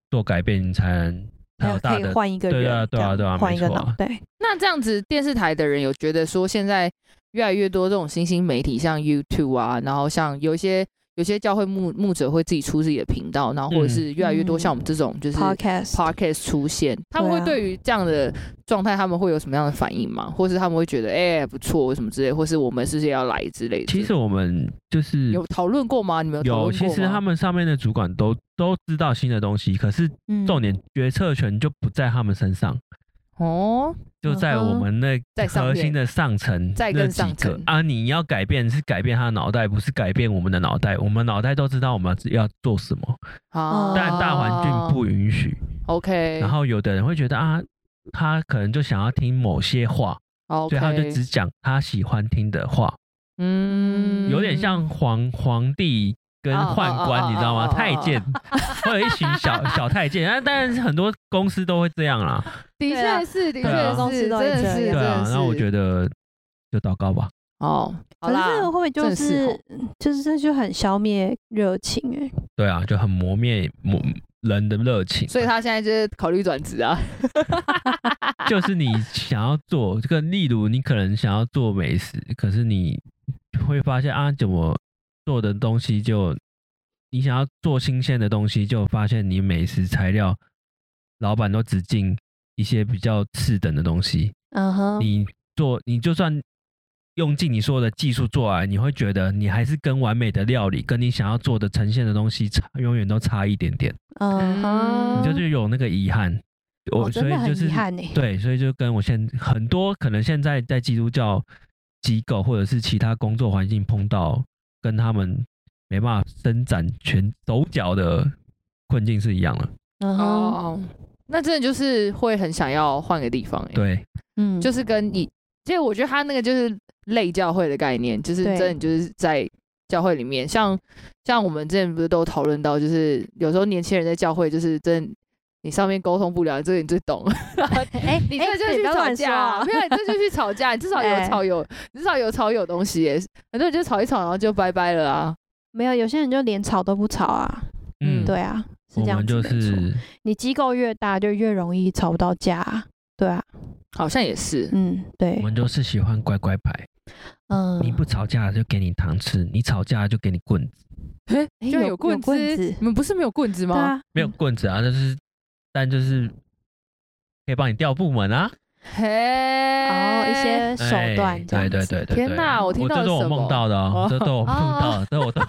C: 做改变，你才能才有大
A: 可以
C: 的。
A: 换一个人，
C: 对啊对
A: 这样
C: 啊对啊
A: 换一个
C: 没错啊
A: 脑袋。
B: 那这样子，电视台的人有觉得说，现在越来越多这种新兴媒体，像 YouTube 啊，然后像有一些有些教会牧牧者会自己出自己的频道，然后或者是越来越多
A: 嗯
B: 像我们这种就是
A: Podcast，
B: podcast 出现，他们会对于这样的状态，他们会有什么样的反应吗？或是他们会觉得，哎、不错，什么之类，或是我们是不是也要来之类的？
C: 其实我们就是
B: 有讨论过吗？你们有讨
C: 有，
B: 论过
C: 其
B: 吗？
C: 实他们上面的主管都都知道新的东西，可是
A: 嗯
C: 重点决策权就不在他们身上，
B: 哦，
C: 就在我们那
B: 在上
C: 核
B: 面
C: 心的上层
B: 再
C: 那
B: 更
C: 几
B: 上
C: 个
B: 层
C: 啊！你要改变是改变他的脑袋，不是改变我们的脑袋。我们脑袋都知道我们要做什么，
B: 啊，
C: 但大环境不允许。
B: OK，
C: 然后有的人会觉得啊，他可能就想要听某些话，所
B: OK，
C: 以他就只讲他喜欢听的话，
B: 嗯
C: 有点像皇皇帝。跟
B: 哦哦
C: 宦
B: 哦哦
C: 官，你知道吗？
B: 哦哦
C: 太
B: 哦
C: 监 会有一群小小太监，但当然是很多公司都会这样啦。
B: 的
A: 对啊
B: 确是，的
C: 对啊
B: 确是，真的
A: 对
B: 是，真
C: 对啊
B: 的，是。
C: 那我觉得就祷告吧。
B: 哦，
A: 可
B: 好
A: 是
B: 啦
A: 这个会不会就
B: 正式
A: 是就是这就很消灭热情哎？
C: 对啊，就很磨灭磨人的热情，啊
B: 所以他现在就是考虑转职啊。
C: 就是你想要做这个，例如你可能想要做美食，可是你会发现啊，怎么做的东西就你想要做新鲜的东西，就发现你美食材料老板都只进一些比较次等的东西，
A: 嗯哼，
C: 你做你就算用尽你所有的技术做来，你会觉得你还是跟完美的料理，跟你想要做的呈现的东西差，永远都差一点点，
A: 嗯
B: 嗯
C: 你
A: 哼，
C: 就是有那个遗憾。我、
A: 哦
C: 所
A: 真的
C: 以
A: 很
C: 就
A: 遗
C: 是
A: 憾哎。
C: 对，所以就跟我现很多可能现在在基督教机构或者是其他工作环境碰到跟他们没办法伸展全手脚的困境是一样的。
A: 嗯哼，
B: 哦，那真的就是会很想要换个地方、欸，，
C: 对，
A: 嗯，
B: 就是跟你，其实我觉得他那个就是类教会的概念，就是
A: 对
B: 真的就是在教会里面，像像我们之前不是都讨论到，就是有时候年轻人在教会就是真的。你上面沟通不了，这个你最懂。
A: 哎，
B: 你
A: 哎
B: 这个就是
A: 不
B: 去
A: 要
B: 吵
A: 乱说
B: 架、
A: 啊
B: 啊，没有，你这就是去吵架，你至少有
A: 哎
B: 吵有，至少有吵有东西耶。很多人就吵一吵，然后就拜拜了啊。
A: 没有，有些人就连吵都不吵啊。
B: 嗯
A: 对啊，是
C: 我
A: 这样
C: 们
A: 子
C: 就
A: 没错。
C: 是
A: 你机构越大，就越容易吵不到架啊。对啊，
B: 好像也是，
A: 嗯，
C: 我
A: 对，
C: 们就是喜欢乖乖牌，
A: 嗯，
C: 你不吵架就给你糖吃，你吵架就给你棍子，
B: 哎、
A: 哎
B: 居然
A: 有
B: 有棍
A: 有
B: 子，
A: 棍子
B: 你们不是没有棍子
A: 对
B: 吗？
A: 啊，
C: 没有棍子啊，就是但就是可以帮你调部门啊，
B: 嘿，
A: 然哦后一些手段
C: 哎
A: 这样
C: 对对
A: 子
C: 对对。
B: 天哪
C: 对
B: 我听到
C: 这
B: 了
C: 都我
B: 什么
C: 梦到的哦
B: 哦，
C: 这都我梦 到的，这我都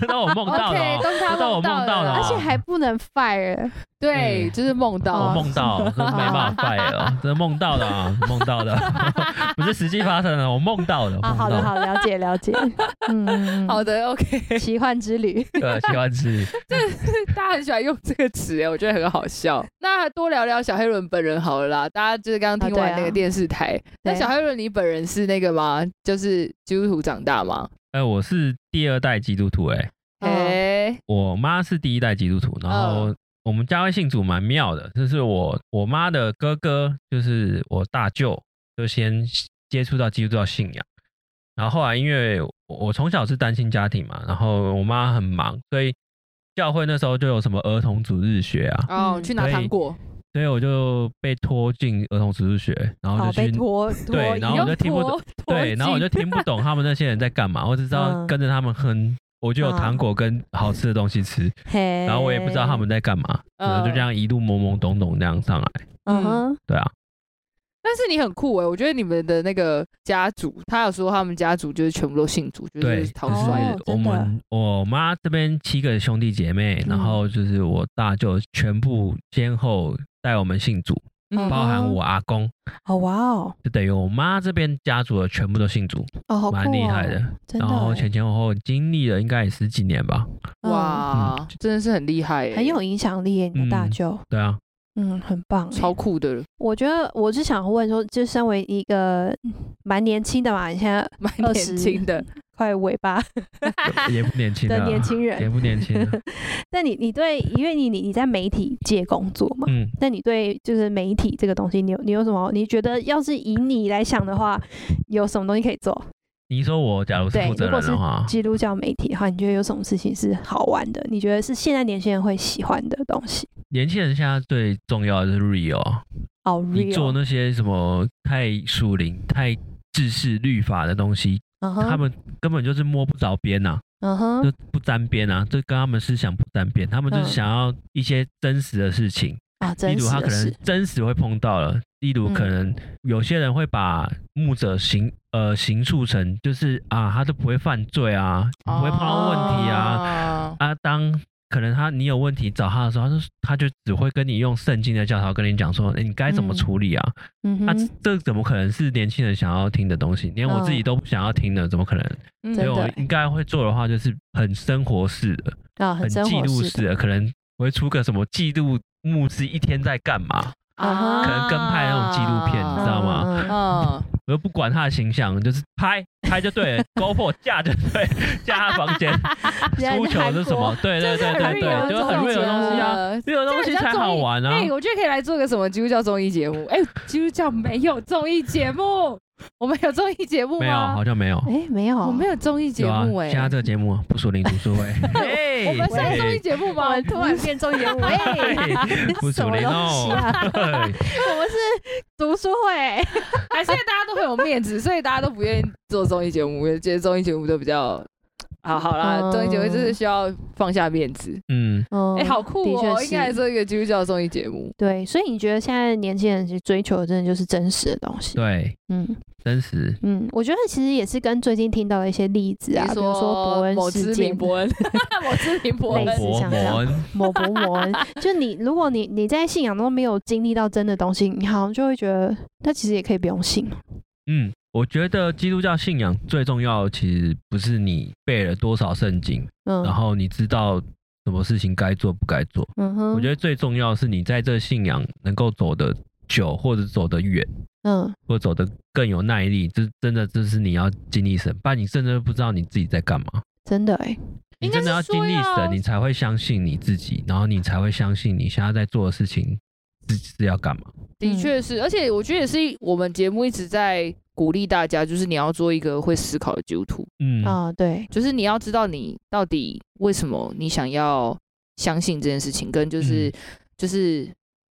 C: 这都我梦到的
B: OK，
C: 哦，
B: 都是他
C: 这都我
B: 梦到
C: 梦到
B: 的
C: 的哦，
B: 啦
A: 而且还不能 fire，
B: 对，
C: 嗯
B: 就是梦
C: 我
B: 到
A: 哦
C: 梦到，真没办法 fire 了，真的梦到的啊，梦到的，不是实际发生的，我梦到的。
A: 啊，
C: 梦
A: 好的，
C: 到
A: 好，了解了 解，嗯嗯，嗯
B: 好，的，OK，
A: 奇幻之旅，
C: 对，喜欢吃。
B: 大家很喜欢用这个词，哎，我觉得很好笑。那多聊聊小黑伦本人好了啦，大家就是刚刚
A: 啊
B: 听
A: 对
B: 完
A: 啊
B: 那个电视台。那
A: 对
B: 小黑伦，你本人是那个吗？就是基督徒长大吗？
C: 哎、我是第二代基督徒、哎，
A: 嗯
B: 哎，
C: 我妈是第一代基督徒，然后我们家会信主蛮妙的，就是我我妈的哥哥，就是我大舅，就先接触到基督教信仰，然后后来因为我我从小是单亲家庭嘛，然后我妈很忙，所以教会那时候就有什么儿童主日学啊，
B: 哦，
A: 嗯
B: 去拿
C: 所以
B: 糖果，
C: 所以我就被拖进儿童主日学，然后
A: 好
C: 就
A: 被
C: 去
A: 拖拖
C: 对
A: 移
C: 然后我就听不懂，对，然后我就听不懂他们那些人在干嘛，我只知道
A: 嗯
C: 跟着他们哼，我就有糖果跟好吃的东西吃，
A: 嘿，
C: 然后我也不知道他们
A: 哎
C: 在干嘛，
B: 嗯
C: 然嗯后就这样一路懵懵懂懂这样上来。
A: 嗯哼，
C: 对啊，
B: 但是你很酷哎、我觉得你们的那个家族，他有说他们家族就是全部都信主，就
C: 对，
B: 是
C: 就
B: 陶
A: 好帅
B: 帅
A: 哦
B: 的
C: 是我们我妈这边七个兄弟姐妹，
A: 嗯
C: 然后就是我大舅全部先后带我们信主，
B: 嗯
C: 包含我阿公，
A: 哦哇哦，
C: 就等于我妈这边家族的全部都信主，
A: 哦好酷哦
C: 蛮厉害的。，
A: 真的
C: 然后前前后后经历了应该也十几年吧，
A: 嗯
B: 哇，
C: 嗯
B: 真的是很厉害、欸，
A: 很有影响力耶，你的大
C: 嗯
A: 舅，
C: 对啊，
A: 嗯，很棒，
B: 超。酷的，
A: 我觉得我是想问说，就身为一个蛮年轻的嘛，你现在
B: 蛮
A: 20
B: 年轻的。
A: 快尾 巴
C: 也不年轻
A: 的
C: 了，
A: 年轻
C: 也
A: 人，
C: 不年轻了，
A: 但你你对，因为你你你在媒体界工作嘛，
C: 嗯，
A: 那你对就是媒体这个东西，你有你有什么？你觉得要是以你来想的话，有什么东西可以做？
C: 你说我假如是
A: 对
C: 负责
A: 如果
C: 人
A: 是
C: 的话，
A: 基督教媒体的话，你觉得有什么事情是好玩的？你觉得是现在年轻人会喜欢的东西？
C: 年轻人现在最重要的是 real，啊
A: 哦
C: 你做
A: ，real，
C: 那些什么太属灵、太制式律法的东西，
A: 嗯
C: 他
A: 哼，
C: 们根本就是摸不着边呐、
A: 嗯
C: 啊，
A: 哼
C: 就，不沾边啊，这跟他们思想不沾边，啊他们就是
A: 嗯
C: 想要一些真实的事情，
A: 啊，
C: 例
A: 真
C: 如
A: 实
C: 他
A: 的嗯
C: 可
A: 是
C: 能，真实会碰到了，例如可能有些人会把牧者形呃形塑成就是啊，他都不会犯罪啊，不会碰到问题啊，
A: 哦
B: 啊，
C: 啊，当可能他你有问题找他的时候，他就他就只会跟你用圣经的教条跟你讲说，诶哎你该怎么
A: 嗯
C: 处理啊？
A: 嗯
C: 那、
A: 哼，
C: 这怎么可能是年轻人想要听的东西？连我自己
A: 嗯
C: 都不想要听的，怎么可能？
B: 嗯
C: 所以
A: 真
C: 我
A: 的
C: 应该会做的话，就是很生活式的，
A: 啊，
C: 很
A: 生
C: 记
A: 活
C: 录
A: 式
C: 式
A: 的，
C: 的，可能我会出个什么记录牧师一天在干嘛，
A: 啊
C: 可能跟拍那种纪录片你知道吗
A: 嗯？嗯嗯
B: 嗯，
C: 我又不管他的形象，就是拍拍就 对了，GoPro 架就对了，架他房间，
A: 现在
C: 输球是什么？对对对 对
A: 这是很
C: 对，就是很
A: real
C: real
A: 的
C: 的东西啊。
B: 呃。
C: 这种东西才好玩啊！
B: 哎，我觉得可以来做个什么基督教综艺节目。哎，基督教没有综艺节目，我们有综艺节目
C: 没有，
B: 吗？
C: 好像没有。
A: 哎，没有，
B: 我没
A: 有，
B: 有综艺节
C: 有啊
B: 目，哎，
C: 现在这个节目不属灵读书哎 会。
B: 我
C: 我
B: 们现在综艺节目
A: 我
B: 吗？
A: 们突然变综艺节目，哎，
C: 不
A: 什
C: 属
A: 么
C: 灵
A: 东西啊
C: 哦。对
A: 我们是读书会，
B: 还哎现在大家都很有面子，所以大家都不愿意做综艺节目，我觉得综艺节目都比较。好好啦，
A: 嗯
B: 综艺节目就是需要放下面子。
C: 嗯，
A: 嗯
B: 哎、好酷
A: 的
B: 哦！
A: 确
B: 应该来
A: 是
B: 做一个基督教综艺节目。
A: 对，所以你觉得现在年轻人其实追求的真的就是真实的东西？
C: 对，
A: 嗯
C: 真实。
A: 嗯，我觉得其实也是跟最近听到的一些例子啊，
B: 比
A: 比
B: 如
A: 如说伯恩
B: 某知
A: 事
B: 名
A: 件、
B: 伯 恩，某知名伯
C: 某
A: 类似
B: 恩，
C: 博
A: 像
C: 某
A: 这样
C: 恩，
A: 某伯某 恩，就你如果你你在信仰中没有经历到真的东西，你好像就会觉得那其实也可以不用信。
C: 嗯，我觉得基督教信仰最重要，其实不是你背了多少圣经，
A: 嗯，
C: 然后你知道什么事情该做不该做。
A: 嗯哼，
C: 我觉得最重要是你在这信仰能够走得久，或者走得远。
A: 嗯
C: 或走得更有耐力，这真的这是你要经历神，不然你甚至不知道你自己在干嘛。
A: 真的哎、
C: 你
B: 应该
C: 真
B: 是
C: 的要经历
B: 说要
C: 神，你才会相信你自己，然后你才会相信你现在在做的事情是是要干嘛。
B: 的确是，而且我觉得也是我们节目一直在鼓励大家，就是你要做一个会思考的基督徒，
C: 嗯，
A: 啊，对，
B: 就是你要知道你到底为什么你想要相信这件事情，跟就是、
C: 嗯
B: 就是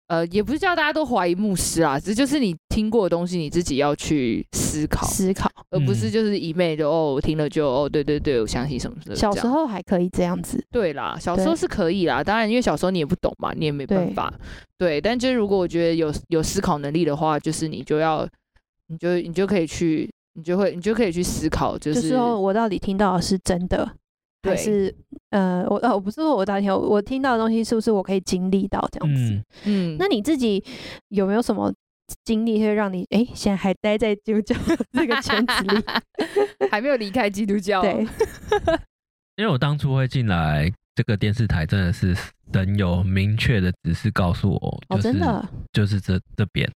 B: 呃，也不是叫大家都怀疑牧师啊，只是就是你听过的东西，你自己要去思考，
A: 思考。
B: 而不是
C: 嗯
B: 就是一昧的哦，我听了就哦，对对对，我相信什么什么。
A: 小时
B: 这样
A: 候还可以这样子，
B: 对啦，小时候
A: 对
B: 是可以啦，当然因为小时候你也不懂嘛，你也没办
A: 对
B: 法。对，但就是如果我觉得有有思考能力的话，就是你就要，你就你就可以去，你就会你就可以去思考，就
A: 就是是说我到底听到的是真的，还
B: 对
A: 是呃，我呃，我不是说我到底听到我听到的东西是不是我可以经历到这样子？
B: 嗯，
C: 嗯，
A: 那你自己有没有什么经历会让你哎、诶现在还待在基督教这个圈子 里？
B: 还没有离开基督教，
A: 对，
C: 因为我当初会进来这个电视台，真的是神有明确的指示告诉我，
A: 哦，
C: 就是、
A: 真的，
C: 就是这这边，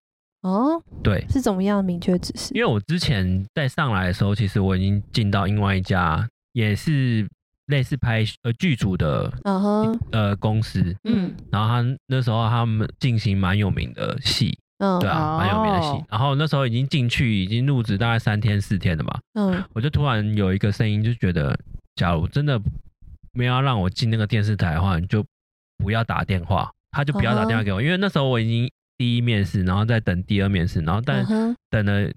A: 哦，
C: 对，
A: 是怎么样的明确指示？
C: 因为我之前在上来的时候，其实我已经进到另外一家也是类似拍呃剧组的
A: 嗯哼，
C: 呃公司，
B: 嗯，
C: 然后他那时候他们进行蛮有名的戏，
A: 嗯
C: 对啊，蛮有名的戏
B: 哦。
C: 然后那时候已经进去，已经入职大概三天四天了吧，
A: 嗯
C: 我就突然有一个声音，就觉得，假如真的没有要让我进那个电视台的话，你就不要打电话，他就不要打电话给我，因为那时候我已经第一面试，然后再等第二面试，然后但
A: 嗯哼
C: 等了。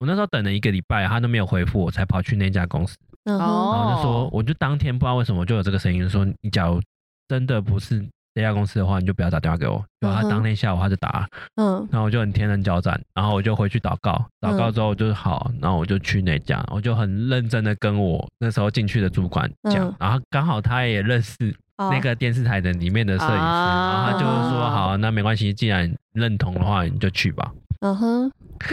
C: 我那时候等了一个礼拜，他都没有回复，我才跑去那家公司，
A: 嗯
B: 哦
A: 哼，
C: 然后就说，我就当天不知道为什么就有这个声音，就说你假如真的不是这家公司的话，你就不要打电话给我。然
A: 嗯
C: 后他
A: 哼
C: 当天下午他就打了，
A: 嗯
C: 然后我就很天人交战，然后我就回去祷告，祷告之后我就好，然后我就去那家，我就很认真的跟我那时候进去的主管讲，
A: 嗯
C: 然后刚好他也认识
A: 哦
C: 那个电视台的里面的摄影师，
B: 啊
C: 然后他就说好，那没关系，既然认同的话你就去吧。
A: 嗯哼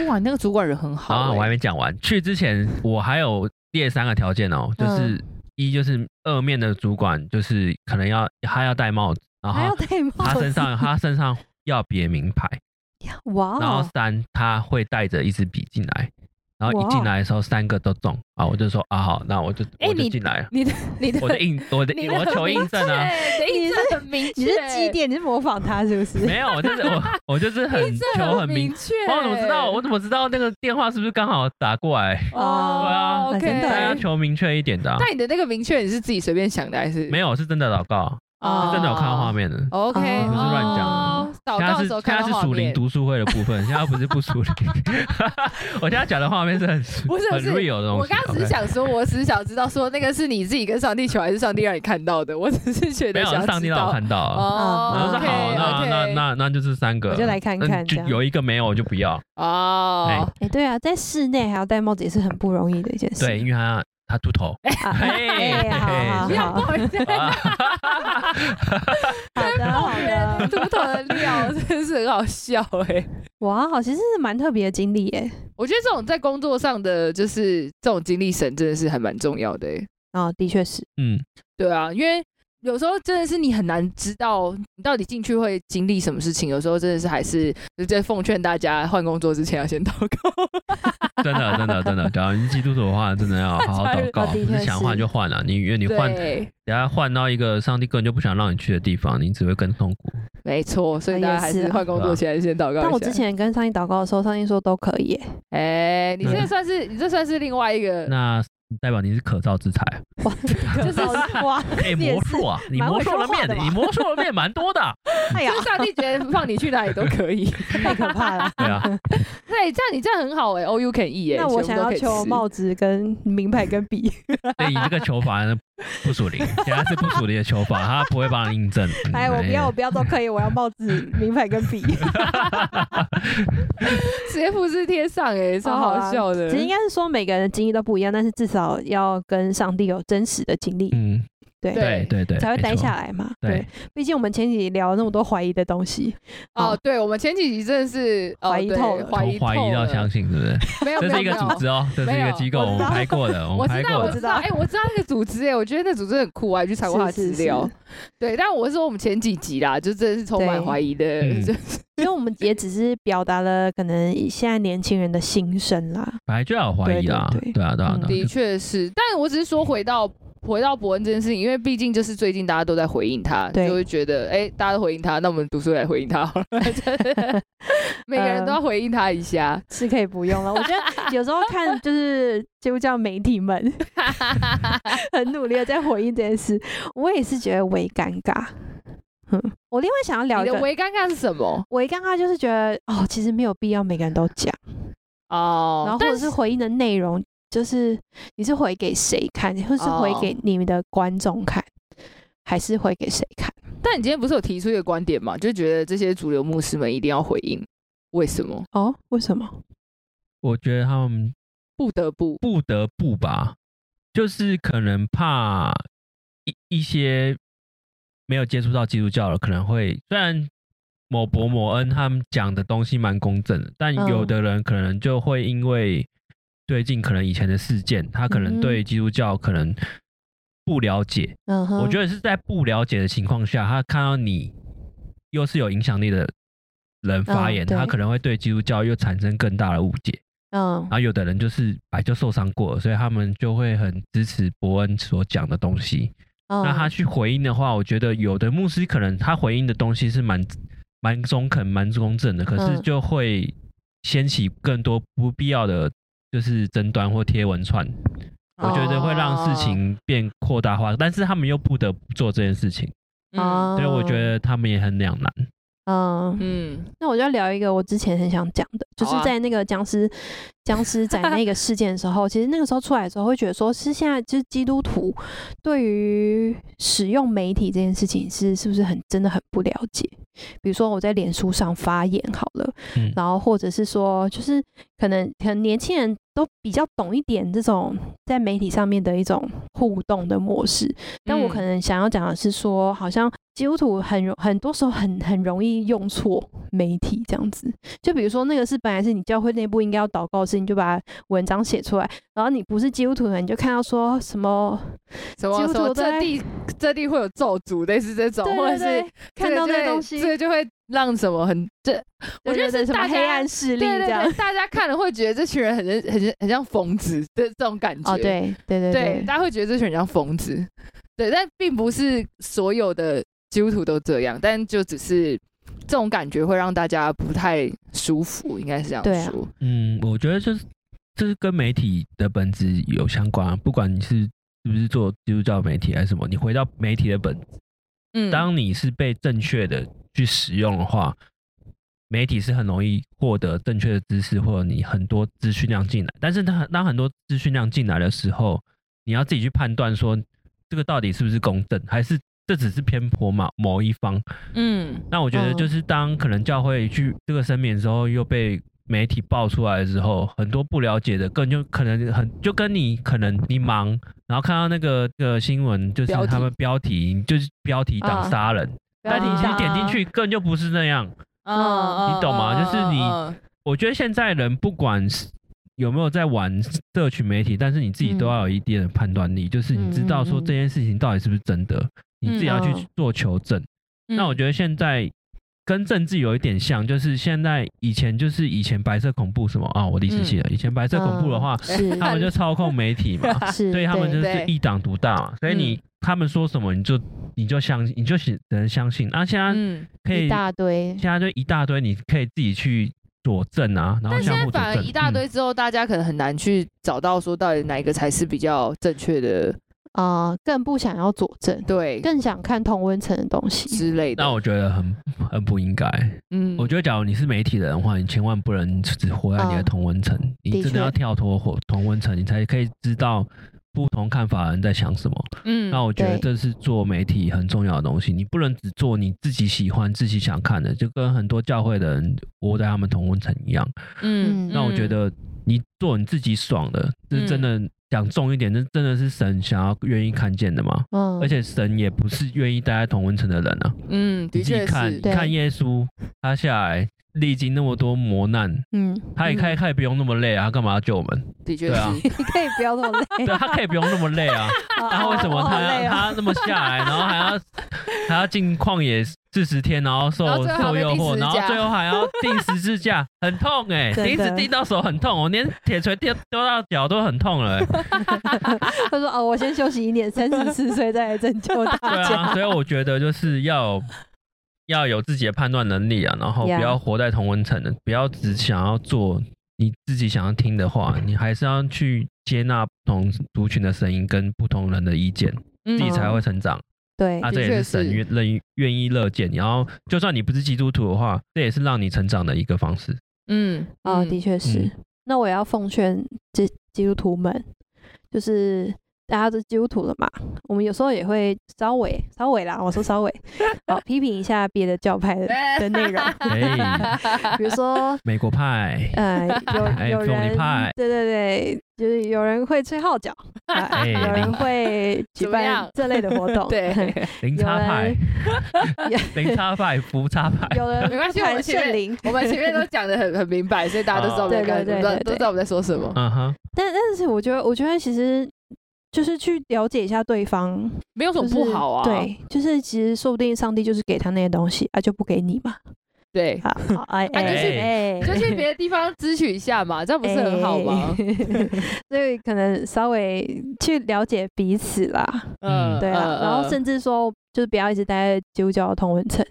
B: 哇，那个主管人很
C: 然
B: 好
C: 啊后我还
B: 欸，
C: 没讲完，去之前我还有列三个条件哦，
A: 嗯
C: 就是一就是二面的主管就是可能要他要戴帽子，然
A: 还要
C: 后
A: 戴帽子，
C: 他身上他身上要别名牌。
A: 哇
C: 然后
A: 哦，
C: 三他会带着一支笔进来，然后一
A: 哇
C: 进来的时候三个都中啊，我就说啊好，那我就
B: 哦哎
C: 我就
B: 你
C: 进来了，
B: 你的你的
C: 我 的印我的
B: 你
C: 我求印证啊，
B: 对，你的印证很明确，
A: 你是几点？你是模仿他是不是？
C: 没有，我就是我我就是很
B: 印证
C: 求很明哦
B: 明，确。
C: 我怎么知道我怎么知道那个电话是不是刚好打过来？
B: 哦
A: 对啊
B: ，OK，
A: 真
C: 大家
A: 的
C: 求明确一点的啊，
B: 那你的那个明确你是自己随便想的还是
C: 没有是真的祷告，
A: 哦
C: 是真的有看到画面的。
B: ？OK，
A: 不
C: 是乱讲的
B: 哦祷
C: 现在
B: 告的
C: 是
B: 时候
C: 现
B: 看
C: 在
B: 到
C: 是
B: 画
C: 属灵
B: 面，
C: 读书会的部分，现在不是不 属灵。我现在讲的画面是很
B: 不是不
C: 很
B: 是
C: real 的东西。
B: 我刚刚只是
C: OK
B: 想说，我只是想知道说那个是你自己跟上帝求，还是上帝让你看到的？我只是觉
C: 没
B: 得
C: 有
B: 想
C: 是
B: 要
C: 上帝
B: 知
C: 让
B: 道
C: 我看到啊，
B: 哦，
C: 然后说
B: OK，
C: 好，那
B: OK
C: 那那那就是三个，
A: 我就来看看
C: 嗯就
A: 这样
C: 有一个没有我就不要。
B: 哦，
A: 哎，对啊，在室内还要戴帽子也是很不容易的一件事。
C: 对，因为他他秃头。
A: 啊，
C: 嘿
A: 哎，好好
B: 不要不
A: 好，
B: 好意思，
C: 啊
A: 好的好的，
B: 秃头的料 真是很好笑哎。
A: 哇，哦好，其实是蛮特别的经历耶。
B: 我觉得这种在工作上的就是这种经历神真的是还蛮重要的哎。
A: 哦，的确是，
C: 嗯，
B: 对啊，因为有时候真的是你很难知道你到底进去会经历什么事情，有时候真的是还是在奉劝大家换工作之前要先祷 告。
C: 真的真的真的，假如你基督徒的话，真的要 好好祷告，
A: 啊的
C: 不
A: 确
C: 是想换就换了。你因为你换，等
B: 对，
C: 下换到一个上帝根本就不想让你去的地方，你只会更痛苦。
B: 没错，所以大家还
A: 也是
B: 是
A: 啊
B: 换工作前先祷告一下。
A: 但我之前跟上帝祷告的时候，上帝说都可以耶，
B: 哎、你这个
C: 嗯
B: 算是你这算是另外一个，
C: 那代表你是可造之 材，
A: 哇， 就是哇，
C: 哎，魔术啊，你魔术
A: 蛮会说
C: 的面
A: 话的，嘛
C: 你魔术的面蛮多 的，
A: 哎呀
B: 就，是上帝觉得放你去哪里都可以。
A: 太可怕了。
C: 对啊，
B: 对，这样你这样很好哎、o u can eat 哎、
A: 那我
B: 全
A: 想要
B: 部都可以
A: 求
B: 吃
A: 帽子、跟名牌、跟笔。
C: 所以你这个求法呢不属灵，显然是不属灵的求法，他不会帮你印证。嗯
A: 哎，我不要，我不要都可以，我要帽子、 名牌跟笔。
B: 直接复制贴上哎、超好笑的。
A: 哦啊其实应该是说每个人的经历都不一样，但是至少要跟上帝有真实的经历，
C: 嗯，
A: 对，
C: 对对对，
A: 才会
C: 没
A: 待
C: 错
A: 下来嘛。
C: 对，
A: 毕竟我们前几集聊了那么多怀疑的东西，
B: 哦，对，我们前几集真的是哦
A: 怀疑
B: 对
A: 透了
B: 怀疑
C: 从怀疑
B: 透
C: 到
B: 了
C: 相信，是不 是？
B: 没有没有
C: 这是
B: 没
C: 一个
B: 有。
C: 组织 哦，这是一
B: 没
C: 个
B: 有
C: 机构，
A: 我知
C: 我们
A: 道
C: 拍过 的，我
B: 我
C: 们
B: 知
C: 拍
B: 道，
C: 过
B: 我
C: 的。
B: 知道，哎、我知道那个组织，哎，我觉得那组织很酷，啊我还去查过他的
A: 是是
B: 资料。
A: 是
B: 对，但我是说我们前几集啦，就真的是充满
A: 对
B: 怀疑的，
C: 嗯
B: 就
A: 因为我们也只是表达了可能现在年轻人的心声啦。
C: 本来就要有怀疑啦
A: 对，对对
C: 对啊，对啊，
A: 嗯
C: 对
B: 的
C: 啊
B: 确是，但我只是说回到回到伯恩这件事情，因为毕竟就是最近大家都在回应他，
A: 对
B: 就会觉得哎、大家都回应他，那我们读书来回应他好了， 每个
A: 嗯
B: 人都要回应他一下。
A: 是可以不用了，我觉得有时候看就是基督教媒体们很努力的在回应这件事，我也是觉得微尴尬。嗯，我另外想要聊
B: 你
A: 一
B: 的
A: 个，
B: 微尴尬是什么？
A: 微尴尬就是觉得哦，其实没有必要每个人都讲。
B: 哦，
A: 然后或
B: 但
A: 者是回应的内容，就是你是回给谁看，或是回
B: 哦
A: 给你们的观众看，还是回给谁看？
B: 但你今天不是有提出一个观点嘛，就觉得这些主流牧师们一定要回应，为什么？
A: 哦，为什么？
C: 我觉得他们
B: 不得不
C: 不得不吧，就是可能怕一一些没有接触到基督教了，可能会虽然。某伯某恩他们讲的东西蛮公正的，但
A: 嗯
C: 有的人可能就会因为最近可能以前的事件，他可能
A: 嗯
C: 对基督教可能不了解，
A: 嗯哼，
C: 我觉
A: 得
C: 得是在不了解的情况下，他看到你又是有影响力的人发言，
A: 嗯对
C: 他可能会对基督教又产生更大的误解。
A: 嗯
C: 然，后有的人就是本来就受伤过了，所以他们就会很支持伯恩所讲的东西。那
A: 那
C: 他去回应的话，我觉得有的牧师可能他回应的东西是蛮蛮中肯、蛮公正的，可是
A: 嗯
C: 就会掀起更多不必要的就是争端或贴文串，我觉得会让事情变扩大化。但是他们又不得不做这件事情，
B: 哦，
C: 所以我觉得他们也很两难。
A: 嗯，
B: 嗯，
A: 那我就要聊一个我之前很想讲的，就
B: 好
A: 是
B: 啊
A: 在那个僵尸、僵尸展那个事件的时候，其实那个时候出来的时候，会觉得说是现在就是基督徒对于使用媒体这件事情是是不是很真的很不了解？比如说我在脸书上发言好了，
C: 嗯
A: 然后或者是说就是可能可能年轻人都比较懂一点这种在媒体上面的一种互动的模式，但
B: 嗯
A: 我可能想要讲的是说，好像基督徒很容很多时候很很容易用错媒体这样子。就比如说那个是本来是你教会内部应该要祷告的事情，你就把文章写出来，然后你不是基督徒的，你就看到说什么，
B: 什么
A: 基督
B: 什
A: 徒
B: 么
A: 在
B: 这地这地会有咒诅，类似这种，
A: 对
B: 或者
A: 对
B: 是
A: 对，看到那
B: 这
A: 个东西，
B: 这个就会让什么很这，我觉得
A: 对对对
B: 是
A: 什么
B: 大
A: 黑
B: 家
A: 暗势力
B: 对对
A: 这样
B: 对，。大家看了会觉得这群人很很很像疯子这这种感觉，
A: 哦，对对对
B: 对，大家会觉得这群人像疯子，对，但并不是所有的基督徒都这样，但就只是这种感觉会让大家不太舒服，应该是这样
A: 对啊
B: 说。
C: 嗯，我觉得就是这是跟媒体的本质有相关、啊，不管你是是不是做基督教媒体还是什么，你回到媒体的本
B: 嗯，
C: 当你是被正确的去使用的话，媒体是很容易获得正确的知识，或者你很多资讯量进来。但是它当很多资讯量进来的时候，你要自己去判断说这个到底是不是公正，还是这只是偏颇嘛某一方。
B: 嗯
C: 那我觉得就是当可能教会去这个声明的时候，又被媒体爆出来的时候，很多不了解的，更就可能很就跟你可能你忙，然后看到那个这个新闻，就是
B: 标题嗯
C: 他们标题就是标题党
A: 啊
C: 杀人，但你
B: 标题
C: 其实
B: 党啊
C: 点进去根本就不是那样。
A: 嗯
C: 你懂吗就是你
B: 嗯
C: 我觉得现在人不管是有没有在玩社群媒体，但是你自己
B: 嗯
C: 都要有一定的判断力，就是你知道
A: 嗯
C: 说
A: 嗯嗯
C: 这件事情到底是不是真的，你自己要去
A: 嗯
C: 做求证。那我觉得现在跟政治有一点像，就是现在以前就是以前白色恐怖什么啊，我历史
B: 嗯
C: 系的，以前白色恐怖的话，
A: 是
C: 他们就操控媒体嘛，
A: 是，
C: 所以他们就
A: 对
C: 是
B: 对嗯
C: 一党独大嘛，所以你、他们说什么你就你就相信，你就只能相信。啊，现在
B: 嗯，
C: 可以
A: 一大堆，
C: 现在就一大堆，你可以自己去佐证啊，然后
B: 但现
C: 相
B: 在
C: 互佐
B: 反而
C: 证。嗯
B: 一大堆之后，大家可能很难去找到说到底哪一个才是比较正确的，
A: 啊，更不想要佐证，
B: 对，
A: 更想看同温层的东西。
B: 之类的。
C: 那我觉得很很不应该。
B: 嗯
C: 我觉得，假如你是媒体人的话，你千万不能只活在你的
A: 嗯
C: 同温层，你
A: 的
C: 真
A: 确
C: 的要跳脱或同温层，你才可以知道不同看法的人在想什么。
B: 嗯
C: 那我觉得
A: 对
C: 这是做媒体很重要的东西，你不能只做你自己喜欢、自己想看的，就跟很多教会的人窝在他们同温层一样。
A: 嗯
C: 那我觉，得你做你自己爽的，这是真的讲重一点，这真的是神想要愿意看见的吗？
A: 嗯，
C: 而且神也不是愿意待在同温层的人啊。
B: 嗯，
C: 你
B: 的
C: 自己
B: 确
C: 看，啊
B: 是
C: 你
A: 对
C: 看耶稣，他下来历经那么多磨难，
A: 嗯，
C: 他也
B: 嗯
C: 可以，他也不用那么累啊，他干嘛要救 我们？
B: 的确
C: 对啊
B: 是，
A: 你可以不要那么累。
C: 对，他可以不用那么累 啊， 他为什么他
A: 哦
C: 要
B: 啊
C: 他那么下来，然后还要还要进旷野四十天，然后受
B: 然后最后还
C: 受
B: 被
C: 诱
B: 钉
C: 惑，
B: 十字
C: 然后
B: 架
C: 最后还要钉十字架，很 痛哎、
A: 真的
C: 欸，钉子钉到手很痛，我连铁锤丢丢到脚都很痛了、欸。
A: 他说：“哦，我先休息一年，三十四岁再来拯救大
C: 对啊，
A: 家。
C: 所以我觉得就是要要有自己的判断能力啊，然后不
A: Yeah
C: 要活在同温层的，不要只想要做你自己想要听的话，你还是要去接纳不同族群的声音跟不同人的意见，
B: 自
C: 自己
A: 嗯哎
C: 才会成长。
A: 对
C: 啊，
B: 的
C: 这也
B: 确
C: 是神
B: 是
C: 愿愿愿意乐见你。然后，就算你不是基督徒的话，这也是让你成长的一个方式。
B: 嗯
A: 啊，的确是
C: 嗯。
A: 那我也要奉劝基基督徒们，就是大家都基督徒了嘛，我们有时候也会稍微稍微啦，我说稍微， 好批评一下别的教派的 的内容，
C: 哎，
A: 比如说。”
C: 美国派，
A: 呃，
C: 哎
A: 有有
C: 凤梨
A: 人
C: 派
A: 对对对，就是有人会吹号角，啊
C: 哎
A: 有人 会举
B: 怎么
A: 办
B: 样
A: 这类的活动，
B: 对，
C: 零
A: 有
C: 叉派
A: 人，
C: 零叉派，福叉派，
A: 有人
B: 没关系我
A: 谈
B: 们前
A: 圣
B: 面
A: 灵，
B: 我们前面都讲的很很明白，所以大家都知道我们在干什
A: 对对
B: 么，
A: 对对
B: 都都知道我们在说什么。
C: 嗯哼，
A: 但但是我觉得，我觉得其实就是去了解一下对方，
B: 没有什
A: 就
B: 么
A: 是
B: 不好啊。，
A: 对，就是其实说不定上帝就是给他那些东西啊，就不给你嘛。
B: 对，
A: 好，好哎
B: 啊就是
A: 哎，
B: 就去别的地方支取一下嘛，这样不是很好吗？
A: 哎？所以可能稍微去了解彼此啦，
B: 呃
C: 嗯
A: 对啊，然后甚至说就是不要一直待在基督教的同文层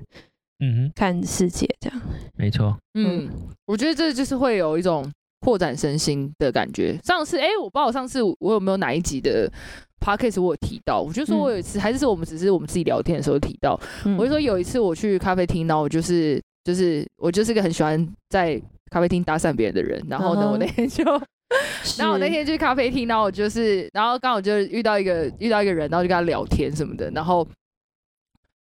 C: 嗯
A: 看世界这样。
C: 哼，没错，
B: 嗯，我觉得这就是会有一种扩展身心的感觉。上次，哎、我不知道我上次我有没有哪一集的 podcast 我有提到，我就说我有一次，还是是我们只是我们自己聊天的时候提到，
A: 嗯
B: 我就说有一次我去咖啡厅，然后我就是就是我就是个很喜欢在咖啡厅搭讪别人的人，然后呢，
A: 嗯哼
B: 我 那天就，然后我那天去咖啡厅，然后我就是，然后刚好就遇到一个遇到一个人，然后就跟他聊天什么的，然后。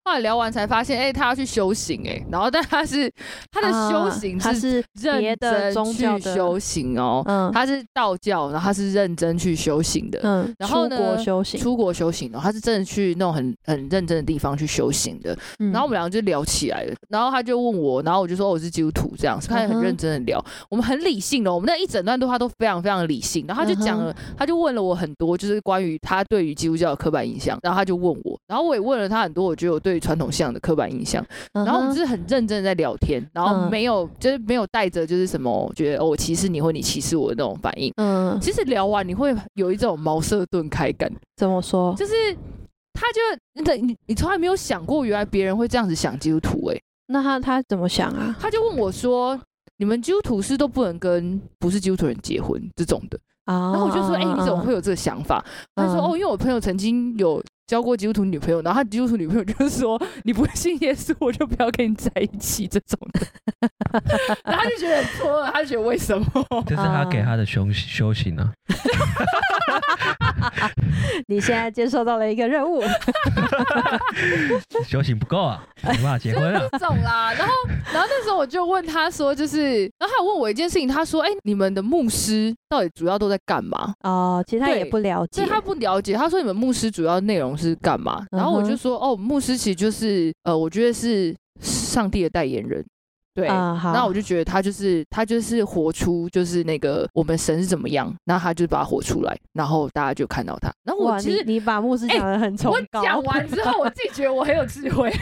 B: 后来聊完才发现，哎、他要去修行、哎，然后但他是他的修行
A: 啊他
B: 是
A: 是别
B: 认
A: 的宗
B: 真
A: 教
B: 去
A: 的
B: 修行哦。
A: 嗯
B: 他是道教，然后他是认真去修行的，
A: 嗯，
B: 然后
A: 出
B: 呢
A: 国修行，
B: 出国修行的，哦他是真的去那种很很认真的地方去修行的。
A: 嗯
B: 然后我们两个就聊起来了，然后他就问我，然后我就说哦我是基督徒这样，他也
A: 嗯
B: 很
A: 哼
B: 认真的聊，我们很理性哦的，我们那一整段对话都非常非常地理性，然后他就讲了，
A: 嗯
B: 他就问了我很多，就是关于他对于基督教的刻板印象，然后他就问我，然后我也问了他很多，我觉得我对于传统信仰的刻板印象。
A: 嗯哼，
B: 然后我们就是很认真的在聊天，然后
A: 嗯
B: 没有、就是没有带着就是什么我觉得哦我歧视你或你歧视我的那种反应。
A: 嗯，
B: 其实聊完你会有一种茅塞顿开感，
A: 怎么说？
B: 就是他就那你你从来没有想过，原来别人会这样子想基督徒哎、
A: 那他他怎么想啊？
B: 他就问我说。你们基督徒是都不能跟不是基督徒人结婚这种的，
A: 啊，
B: 然后我就说，哎、你怎么会有这个想法？他说，
A: 嗯
B: 哦，因为我朋友曾经有交过基督徒女朋友，然后他基督徒女朋友就是说，你不信耶稣，我就不要跟你在一起这种的。 然后他就觉得很错愕，他就觉得为什么？
C: 这是他给他的修修行啊。
A: 你现在接受到了一个 任务，
C: 修行不 够啊，没办法结婚啊。
B: 这种啦，然后，然后那时候我就问他说，就是，然后他有问我一件事情，他说，哎、你们的牧师到底主要都在干嘛？
A: 哦，其实他也
B: 对
A: 不了
B: 所
A: 解
B: 以，他不了解，他说你们牧师主要内容是干嘛？然后我
A: 嗯
B: 就
A: 哼
B: 说，哦，牧师其实就是，呃，我觉得是上帝的代言人，对，
A: 啊，好，
B: 那我就觉得他就是他就是活出就是那个我们神是怎么样，那他就把它活出来，然后大家就看到他。然后
A: 哇，
B: 我其
A: 你
B: 实
A: 你把牧师
B: 哎
A: 讲的很崇
B: 我
A: 高，
B: 讲完之后，我自己觉得我很有智 慧，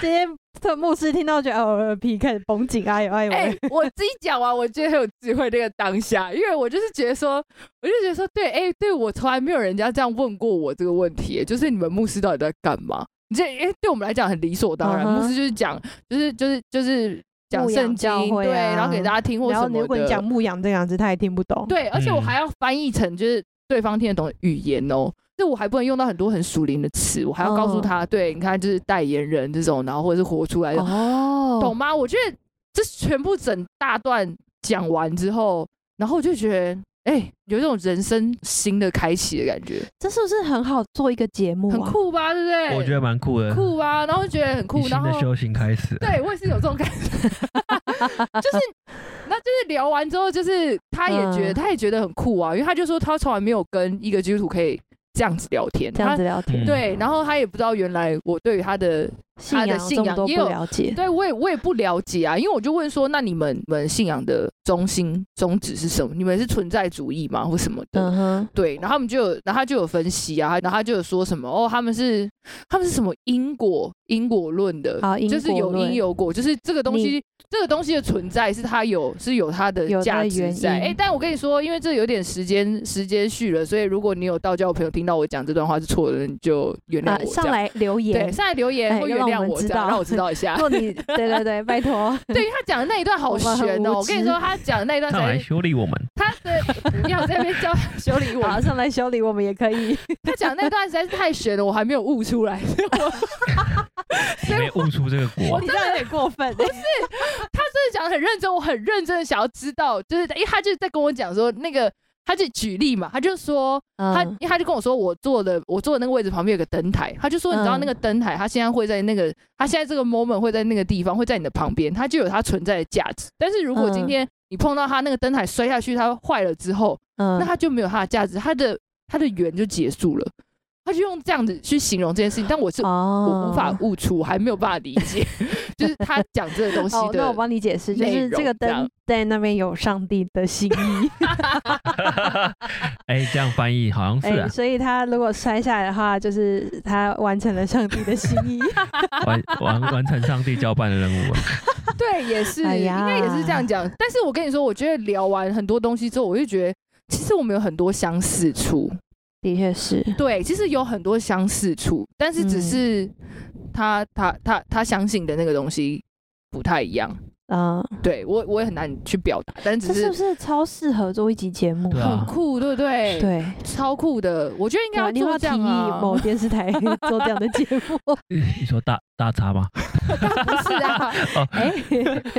A: 这些特牧师听到觉得哦，皮开始绷紧，哎呦哎呦，
B: 哎、
A: 哎呦
B: 我自己讲完，我觉得很有智慧那个当下，因为我就是觉得说，我就觉得说，对，哎、对我从来没有人家这样问过我这个问题，就是你们牧师到底在干嘛？你这哎、对我们来讲很理所当然
A: 嗯哼
B: 牧师就是讲，就是就是就是讲
A: 牧
B: 圣
A: 养
B: 经，
A: 教会
B: 对，
A: 啊
B: 然后给大家听或
A: 然
B: 什
A: 后
B: 么的。
A: 如果你讲牧羊这样子，他也听不懂，
B: 对，而且我
C: 嗯
B: 还要翻译成就是对方听得懂的语言哦。这我还不能用到很多很熟龄的词，我还要告诉他，对，你看就是代言人这种，然后或者是活出来的，
A: 哦，
B: 哎懂吗？我觉得这全部整大段讲完之后，然后我就觉得，哎、有一种人生新的开启的感觉，
A: 这是不是很好做一个节目
B: 很
A: 啊？
B: 酷吧？对不对？
C: 我觉得蛮酷的，
B: 酷吧，然后就觉得很
C: 以
B: 酷，
C: 新
B: 然
C: 的
B: 后
C: 修行开始。
B: 对我也是有这种感觉， 就是，那就是聊完之后，就是他也觉得、
A: 嗯
B: 他也觉得很酷啊，因为他就说他从来没有跟一个基督徒可以这样子聊天，
A: 这样
B: 他
A: 子聊天，
C: 嗯
B: 对，然后他也不知道原来我对于他的，
A: 信
B: 他的
A: 仰
B: 信
A: 这么
B: 仰
A: 多不
B: 也有
A: 了解，
B: 对我也我也不了解啊，因为我就问说，那你们你们信仰的中心宗旨是什么？你们是存在主义吗，或什么的？
A: 嗯哼，
B: 对，然后他们就有，然后他就有分析啊，然后他就有说什么哦，他们是他们是什么因果因果论的，
A: 好，因
B: 就是
A: 果
B: 有
A: 论
B: 因有果，就是这个东西，这个东西的存在是它有是有它的
A: 有它
B: 价
A: 的
B: 值
A: 原
B: 在。
A: 因
B: 哎、但我跟你说，因为这有点时间时间序了，所以如果你有道教的朋友听到我讲这段话是错的，你就原谅
A: 啊
B: 我、，这
A: 上
B: 样
A: 来留
B: 对
A: 言，
B: 上来留言
A: 哎
B: 或
A: 要
B: 原
A: 让我
B: 谅
A: 们
B: 我，
A: 知
B: 这样
A: 道
B: 让我知道一下
A: 然。后你对对对，拜 托，
B: 对，因为他讲的那一段好
A: 我们很
B: 悬
A: 无
B: 哦！我跟你
A: 知
B: 说，他讲的那一段
C: 上来
B: 才
C: 修理我们，
B: 他的 不要在那边教修理我，
A: 好，上来修理我们也可以，
B: 他讲的那段实在是太悬了，我还没有悟出来。 所以我
C: 你没悟出这个果
A: 你。这样有点过分，
B: 真的讲的很认真，我很认真的想要知道，就是因为他就在跟我讲说那个。他就举例嘛，他就说他，
A: 嗯
B: 因为他就跟我说，我坐的我坐的那个位置旁边有个灯台，他就说，你知道
A: 嗯
B: 那个灯台，他现在会在那个，他现在这个 moment 会在那个地方，会在你的旁边，它就有它存在的价值。但是如果今
A: 嗯
B: 天你碰到他那个灯台摔下去，它坏了之后，
A: 嗯
B: 那它就没有它的价值，它的它的缘就结束了。他就用这样子去形容这件事情，但我是我
A: 哦
B: 无法悟出，我还没有办法理 解，就是他讲这个东西
A: 哦，
B: 的。
A: 那我帮你解释，就
B: 内
A: 是这
B: 容
A: 个
B: 这样
A: 灯在那边有上帝的心意，
C: 哎、这样翻译好像
A: 哎、
C: 是、啊，
A: 所以他如果摔下来的话，就是他完成了上帝的心 意。哎
C: 完完完成上帝交办的任务 啊。
B: 对，也是，
A: 哎
B: 应
A: 呀
B: 该也是这样讲。但是我跟你说，我觉得聊完很多东西之后，我就觉得其实我们有很多相似处。
A: 的确是，
B: 对，其实有很多相似处，但是只
A: 嗯
B: 是他、他他他相信的那个东西不太一样。
A: 嗯，
B: 对我我也很难去表达，但只
A: 这是
B: 是
A: 不是超适合做一集节目？
C: 对啊
B: 很酷，对不对？，
A: 对，
B: 超酷的。我觉得应该
A: 对啊
B: 要
A: 你要不
B: 做
A: 要
B: 这
A: 提
B: 样
A: 议
B: 啊，
A: 某电视台 做这样的节目？
C: 你说大大叉吗？
B: 不是啊，
A: 哎，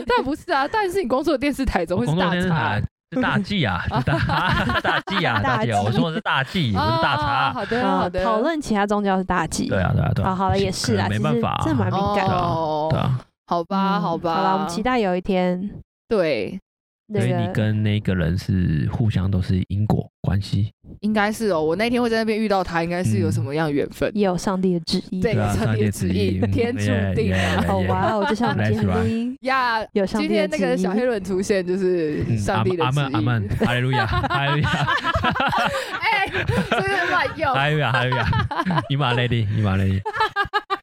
B: 但不是啊，但是你工作的电视台总
C: 我
B: 会是
C: 工作
B: 大
C: 电视
B: 叉
C: 台。是大 G 啊，是大 大 G 啊，
A: 大
C: 大 G 啊，
A: 哦 G
C: 我说的是大 G，不
B: 啊
C: 是大
B: 啊
C: 叉。
B: 好的，
A: 啊
B: 好的。
A: 讨论其他宗教是大忌。
C: 对啊，对啊，对啊。
A: 啊，好了，也是啊，
C: 可能没
A: 其
C: 办
A: 实
C: 法啊，
A: 这蛮敏感的。
B: 哦
C: 对，啊，
B: 好吧，
A: 嗯
B: 好吧，
A: 好了，我们期待有一天
B: 对，
A: 那
C: 所以
A: 个
C: 你跟那个人是互相都是因果关系，
B: 应该是哦。我那天会在那边遇到他，应该是有什么样的缘分？
A: 也有上帝的旨意。
B: 对
C: 啊，
B: 上
C: 上
B: 帝
C: 帝
B: 的旨意
C: 意，嗯
B: 天注定啊
C: yeah，yeah，
A: 哦
C: yeah，
A: 哇哦，就像我们今天的录音，
B: 呀、
A: 有嗯上帝
B: 今
A: 的
B: 天那个
A: 旨意
B: 小黑人出现就是
C: 嗯
B: 上帝的
C: 阿
B: 旨
C: 门
B: 意。
C: 阿门，哈利路 亚，哈利路亚，
B: 哎、 真的乱用。
C: 哈利路亚，哈利 路亚，你马 lady，你马 lady，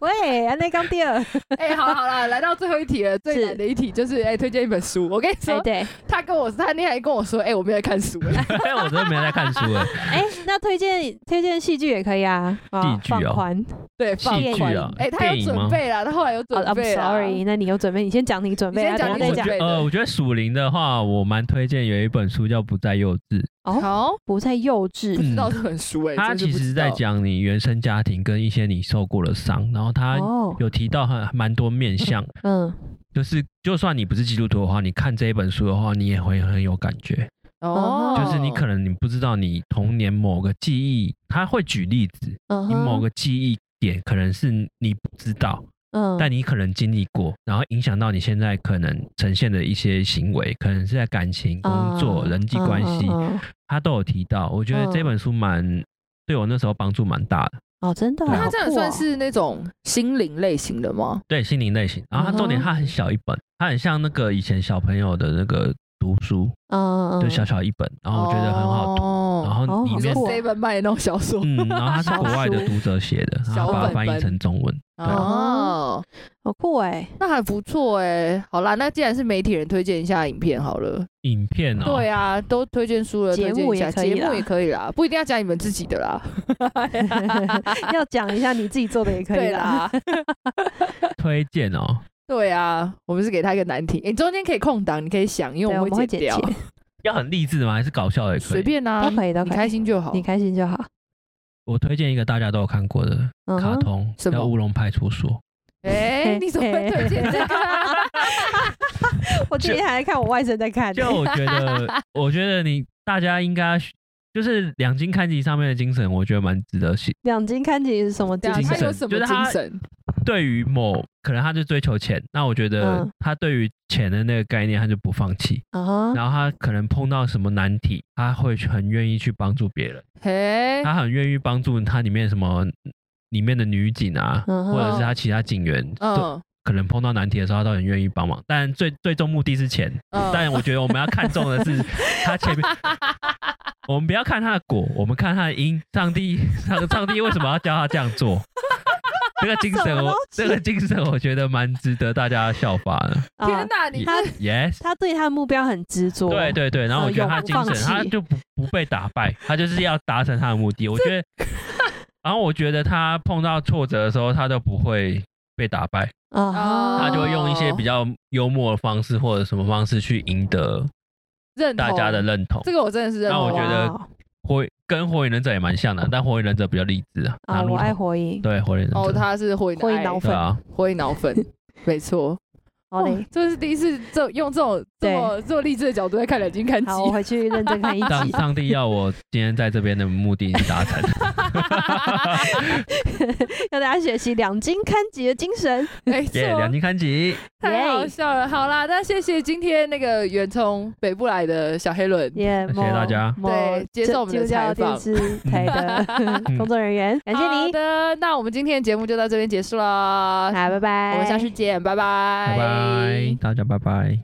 A: 喂，安内刚第 二，
B: 哎、好好了，来到最后一题了，最难的一题就是哎、推荐一本书。我跟你说，
A: 哎对，
B: 他跟我他那天还跟我说，哎、我没有在看书、 哎
C: 我真的没在看书 哎，
A: 哎，那推荐推荐戏剧也可以啊，啊
C: 戏剧
A: 放
C: 哦
A: 宽。
B: 对，放
C: 戏剧
B: 宽
C: 啊
B: 哎、他
C: 电
B: 有
C: 影吗
B: 准备了，他后来有
A: 哦
B: 准
A: ，I'm
B: 备了。
A: sorry，那你有准备，你先讲你准备啊，
B: 你先
A: 等下
B: 讲你
A: 再
B: 准
C: 我觉
A: 讲
B: 备。
C: 得呃，我觉得属灵的话，我蛮推荐有一本书叫《不再幼稚》，
A: 哦，
B: 好，
A: 不太幼稚
B: 不，知道这本书哎、
C: 它
B: 真是
C: 嗯其
B: 不
C: 实
B: 知
C: 在
B: 道。
C: 讲你原生家庭跟一些你受过的伤，然后它
A: 哦，
C: 有提到很蛮多面向，
A: 嗯，
C: 就是就算你不是基督徒的话，你看这一本书的话，你也会很有感觉，
B: 哦，
C: 就是你可能你不知道你童年某个记忆，他会举例子，
A: 嗯
C: 你
A: 哼
C: 某个记忆点可能是你不知道，
A: 嗯，
C: 但你可能经历过，然后影响到你现在可能呈现的一些行为，可能是在感情、工作、
A: 嗯
C: 人际关系，
A: 嗯嗯嗯
C: 他都有提到。我觉得这本书蛮对我那时候帮助蛮大的，
A: 哦，真的哦，
B: 那它这样
A: 好酷哦
B: 算是那种心灵类型的吗？
C: 对心灵类型。然后它重点
A: 嗯哼
C: 它很小一本，它很像那个以前小朋友的那个读书，
A: 嗯，嗯
C: 就小小一本，然哦后我觉得很好读，
B: 读
C: 然后里
A: 哦
B: 你
A: 好
B: 说
C: 面
A: 酷。哦
B: seven 卖的那种小说
C: 嗯，然后它是国外的读者写的，然后把它翻译成中文。对
B: 哦，
A: 好酷 哎，
B: 那还不错哎。好啦，那既然是媒体人，推荐一下影片好了。
C: 影片哦，
B: 对啊，都推荐书了，
A: 节
B: 推
A: 目
B: 荐一下
A: 也可以
B: 节
A: 啦
B: 目也可以啦，不一定要讲你们自己的啦。
A: 要讲一下你自己做的也 可以
B: 对
A: 啦。
B: 啦，
C: 推荐哦，
B: 对啊，我们是给他一个难题，诶你中间可以空档，你可以想，因为
A: 对，啊
B: 我
A: 我
B: 们
A: 们
B: 会
A: 会
B: 剪
A: 剪
B: 掉，
A: 切，
C: 要很励志吗？还是搞笑也可
B: 随
C: 以？
B: 便啊，
A: 都可以都
B: 你
A: 可以
B: 开心就好
A: 你。开心就好。
C: 我推荐一个大家都有看过的
A: 嗯
C: 卡
A: 哼，
C: 通，
B: 什么
C: 叫《乌龙派 出所》。
B: 哎，你怎么 会推荐这个 啊？
A: 我今天还在看我外甥在看，哎
C: 就我 觉得，我觉得你大家应该就是两金看集上面的精神，我觉得蛮值得信。
A: 两金看起是什么
B: 对
A: 精
B: 啊，他
A: 神？
B: 有什么
C: 就是
B: 精
C: 他
B: 神？
C: 对于某可能他就追求钱，那我觉得
A: 嗯
C: 他对于钱的那个概念他就不放弃，
B: 嗯
A: 啊哈，
C: 然后他可能碰到什么难题，他会去很愿意去帮助别人，
B: 嘿，
C: 他很愿意帮助他里面什么里面的女警啊，
A: 嗯哼
C: 或者是他其他警员，都
B: 嗯
C: 可能碰到难题的时候，他都很愿意帮忙。但最最终目的是钱，
B: 嗯，
C: 但我觉得我们要看重 的是他前面，我们不要看他的果，我们看他的因。上帝，上上帝为什么要叫他这样 做？这个精神
A: 什么
C: 我
A: 东，西
C: 这个精神我觉得蛮值得大家效法的。
B: 天
A: 啊，
B: 哪，你
A: 他
C: Yes，
A: 他对他的目标很执着。
C: 对对对，然后我觉得他的精
A: 永不
C: 神，
A: 放弃
C: 他就不不被打败，他就是要达成他的目的。我觉得，然后我觉得他碰到挫折的时候，他都不会被打败，
A: 啊
B: 哦
A: 哈，
C: 他就会用一些比较幽默的方式或者什么方式去赢得
B: 认同
C: 大家的认同。
B: 这个我真的是认
C: 那
B: 同。啊
C: 我觉得
A: 哇
C: 火跟火影忍者也蛮像的，但火影忍者比较励志啊。拿
A: 啊，
C: 路
A: 我爱
C: 头
A: 火影，
C: 对火影忍者。
B: 哦，他是火影
A: 火影脑
C: 对
A: 粉
C: 啊，
B: 火影脑粉， 没错。
A: 好
B: 哇
A: 嘞，这
B: 这是第一次这用这种这
A: 对
B: 么这么励志的角度在看两金看集。啊
A: 好，我回去认真看一
C: 上
A: 集。
C: 上帝要我今天在这边的目的已经达成。
A: 要大家学习两金看集的精神。
B: 没
C: 耶，
B: 错
C: 两，金刊集，
B: 太好
A: 耶
B: 笑了。好啦，那谢谢今天那个远从北部来的小黑轮。
A: 耶，
C: 谢谢大家
A: 某
B: 对接受我们的
A: 基督教
B: 采访
A: 电视台 的工作人员，感谢
B: 好
A: 你，
B: 的，那我们今天的节目就到这边结束啦，
A: 好，拜拜，
B: 我们下次见，拜拜，
C: 拜拜，大家拜拜。